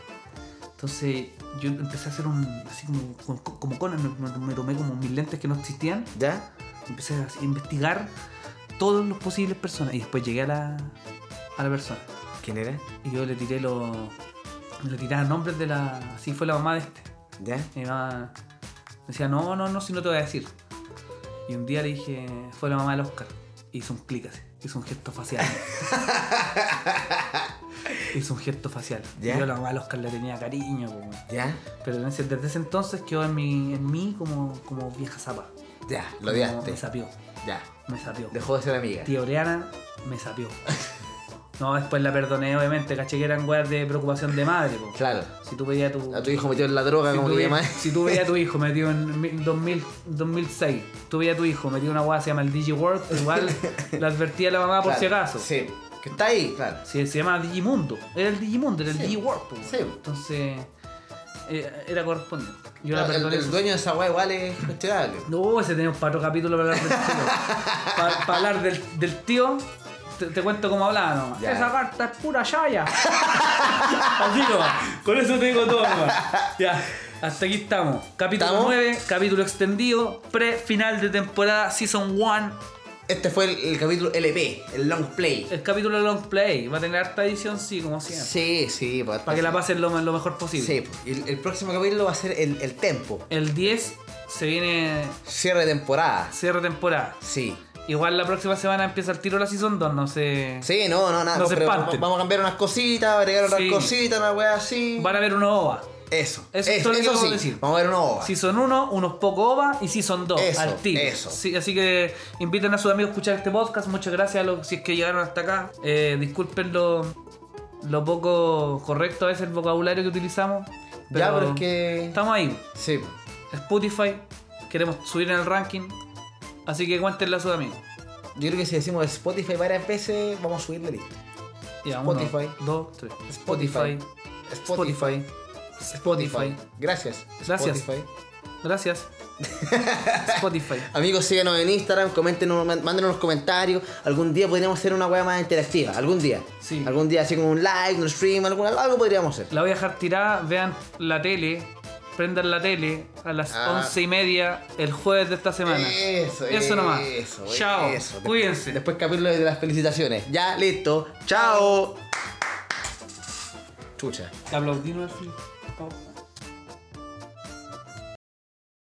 [SPEAKER 3] Entonces yo empecé a hacer un. así como, como, como Conan, me, me- me tomé como mis lentes que no existían.
[SPEAKER 2] ¿Ya?
[SPEAKER 3] Empecé a investigar todos los posibles personas. Y después llegué a la, a la persona.
[SPEAKER 2] ¿Quién era?
[SPEAKER 3] Y yo le tiré los. Le tiraba nombres de la. Así fue la mamá de este.
[SPEAKER 2] ¿Ya?
[SPEAKER 3] Mi mamá me decía, no, no, no, si no te voy a decir. Y un día le dije, fue la mamá del Oscar. Hizo un clic así, hizo un gesto facial. hizo un gesto facial. Y
[SPEAKER 2] ¿Ya?
[SPEAKER 3] Yo a la mamá del Oscar le tenía cariño, po, weón.
[SPEAKER 2] ¿Ya?
[SPEAKER 3] pero en ese- desde ese entonces quedó en, mi, en mí como, como vieja zapa.
[SPEAKER 2] Ya, lo
[SPEAKER 3] Como
[SPEAKER 2] odiaste.
[SPEAKER 3] Me sapió,
[SPEAKER 2] Ya.
[SPEAKER 3] me sapió.
[SPEAKER 2] Dejó de ser amiga.
[SPEAKER 3] Tía Oriana me sapió. No, después la perdoné, obviamente, caché que eran weas de preocupación de madre. po.
[SPEAKER 2] Claro.
[SPEAKER 3] Si tú veías a tu,
[SPEAKER 2] A tu hijo metió en la droga,
[SPEAKER 3] si
[SPEAKER 2] como
[SPEAKER 3] tú,
[SPEAKER 2] le
[SPEAKER 3] ve-
[SPEAKER 2] llamas.
[SPEAKER 3] si tú veías a tu hijo metido en mi- 2000, 2006, tú veías a tu hijo metido en una hueá que se llama el DigiWorld, igual le advertía a la mamá por
[SPEAKER 2] Claro,
[SPEAKER 3] si acaso.
[SPEAKER 2] Sí. Que está ahí, claro.
[SPEAKER 3] Si se llama Digimundo, era el Digimundo, era el
[SPEAKER 2] Sí.
[SPEAKER 3] DigiWorld. po,
[SPEAKER 2] Sí.
[SPEAKER 3] Entonces, eh, era correspondiente. Yo la
[SPEAKER 2] El- el,
[SPEAKER 3] perdoné.
[SPEAKER 2] dueño de esa weá igual es cuestionable.
[SPEAKER 3] No, ese tenemos para otro capítulo para hablar del tío. Para hablar del, del tío, te, te cuento cómo hablaba nomás.
[SPEAKER 2] Ya.
[SPEAKER 3] Esa carta es pura chaya. Así nomás. Con eso te digo todo nomás. Ya. Hasta aquí estamos. Capítulo
[SPEAKER 2] ¿Estamos?
[SPEAKER 3] 9, capítulo extendido, pre-final de temporada, season 1.
[SPEAKER 2] Este fue el, el capítulo LP, el long play.
[SPEAKER 3] El capítulo long play. Va a tener harta edición, sí, como siempre.
[SPEAKER 2] Sí, sí, pues,
[SPEAKER 3] Para que la pasen lo, lo mejor posible.
[SPEAKER 2] Sí, pues. Y el, el próximo capítulo va a ser el, el tempo.
[SPEAKER 3] El 10 se viene
[SPEAKER 2] Cierre de temporada.
[SPEAKER 3] cierre de temporada.
[SPEAKER 2] Sí.
[SPEAKER 3] Igual la próxima semana empieza el tiro la season 2, no sé.
[SPEAKER 2] Sí, no, no, nada.
[SPEAKER 3] No se
[SPEAKER 2] pero
[SPEAKER 3] espanten.
[SPEAKER 2] vamos a cambiar unas cositas, agregar otras
[SPEAKER 3] Sí.
[SPEAKER 2] cositas, una weá así.
[SPEAKER 3] Van a ver una OVA.
[SPEAKER 2] Eso.
[SPEAKER 3] Eso es todo lo que
[SPEAKER 2] eso
[SPEAKER 3] vamos
[SPEAKER 2] sí.
[SPEAKER 3] a decir.
[SPEAKER 2] Vamos a ver una ova.
[SPEAKER 3] Si son uno, unos poco OVA y si son dos,
[SPEAKER 2] Eso,
[SPEAKER 3] al tiro.
[SPEAKER 2] eso.
[SPEAKER 3] Sí, así que inviten a sus amigos a escuchar este podcast. Muchas gracias a los si es que llegaron hasta acá. Eh, disculpen lo, lo poco correcto a veces el vocabulario que utilizamos.
[SPEAKER 2] ya, pero es que.
[SPEAKER 3] Estamos ahí.
[SPEAKER 2] Sí. pues.
[SPEAKER 3] Spotify. Queremos subir en el ranking. Así que cuéntenle a sus amigos.
[SPEAKER 2] Yo creo que si decimos Spotify varias veces, vamos a subir la lista.
[SPEAKER 3] Ya, uno,
[SPEAKER 2] Spotify.
[SPEAKER 3] dos, tres.
[SPEAKER 2] Spotify. Spotify.
[SPEAKER 3] Spotify.
[SPEAKER 2] Spotify. Gracias.
[SPEAKER 3] Gracias.
[SPEAKER 2] Spotify.
[SPEAKER 3] Gracias. Spotify.
[SPEAKER 2] Amigos, síganos en Instagram, coméntenos, man- mándenos unos comentarios. Algún día podríamos hacer una weá más interactiva. Algún día.
[SPEAKER 3] Sí.
[SPEAKER 2] Algún día, así como un like, un stream, algo, algo podríamos hacer.
[SPEAKER 3] La voy a dejar tirada, vean la tele, prendan la tele a las
[SPEAKER 2] Ah.
[SPEAKER 3] once y media el jueves de esta semana.
[SPEAKER 2] Eso,
[SPEAKER 3] eso nomás.
[SPEAKER 2] eso,
[SPEAKER 3] Chao.
[SPEAKER 2] eso.
[SPEAKER 3] Cuídense.
[SPEAKER 2] Después capítulo de las felicitaciones. Ya, listo. Chao. Chucha.
[SPEAKER 3] Te aplaudimos al fin. Pau.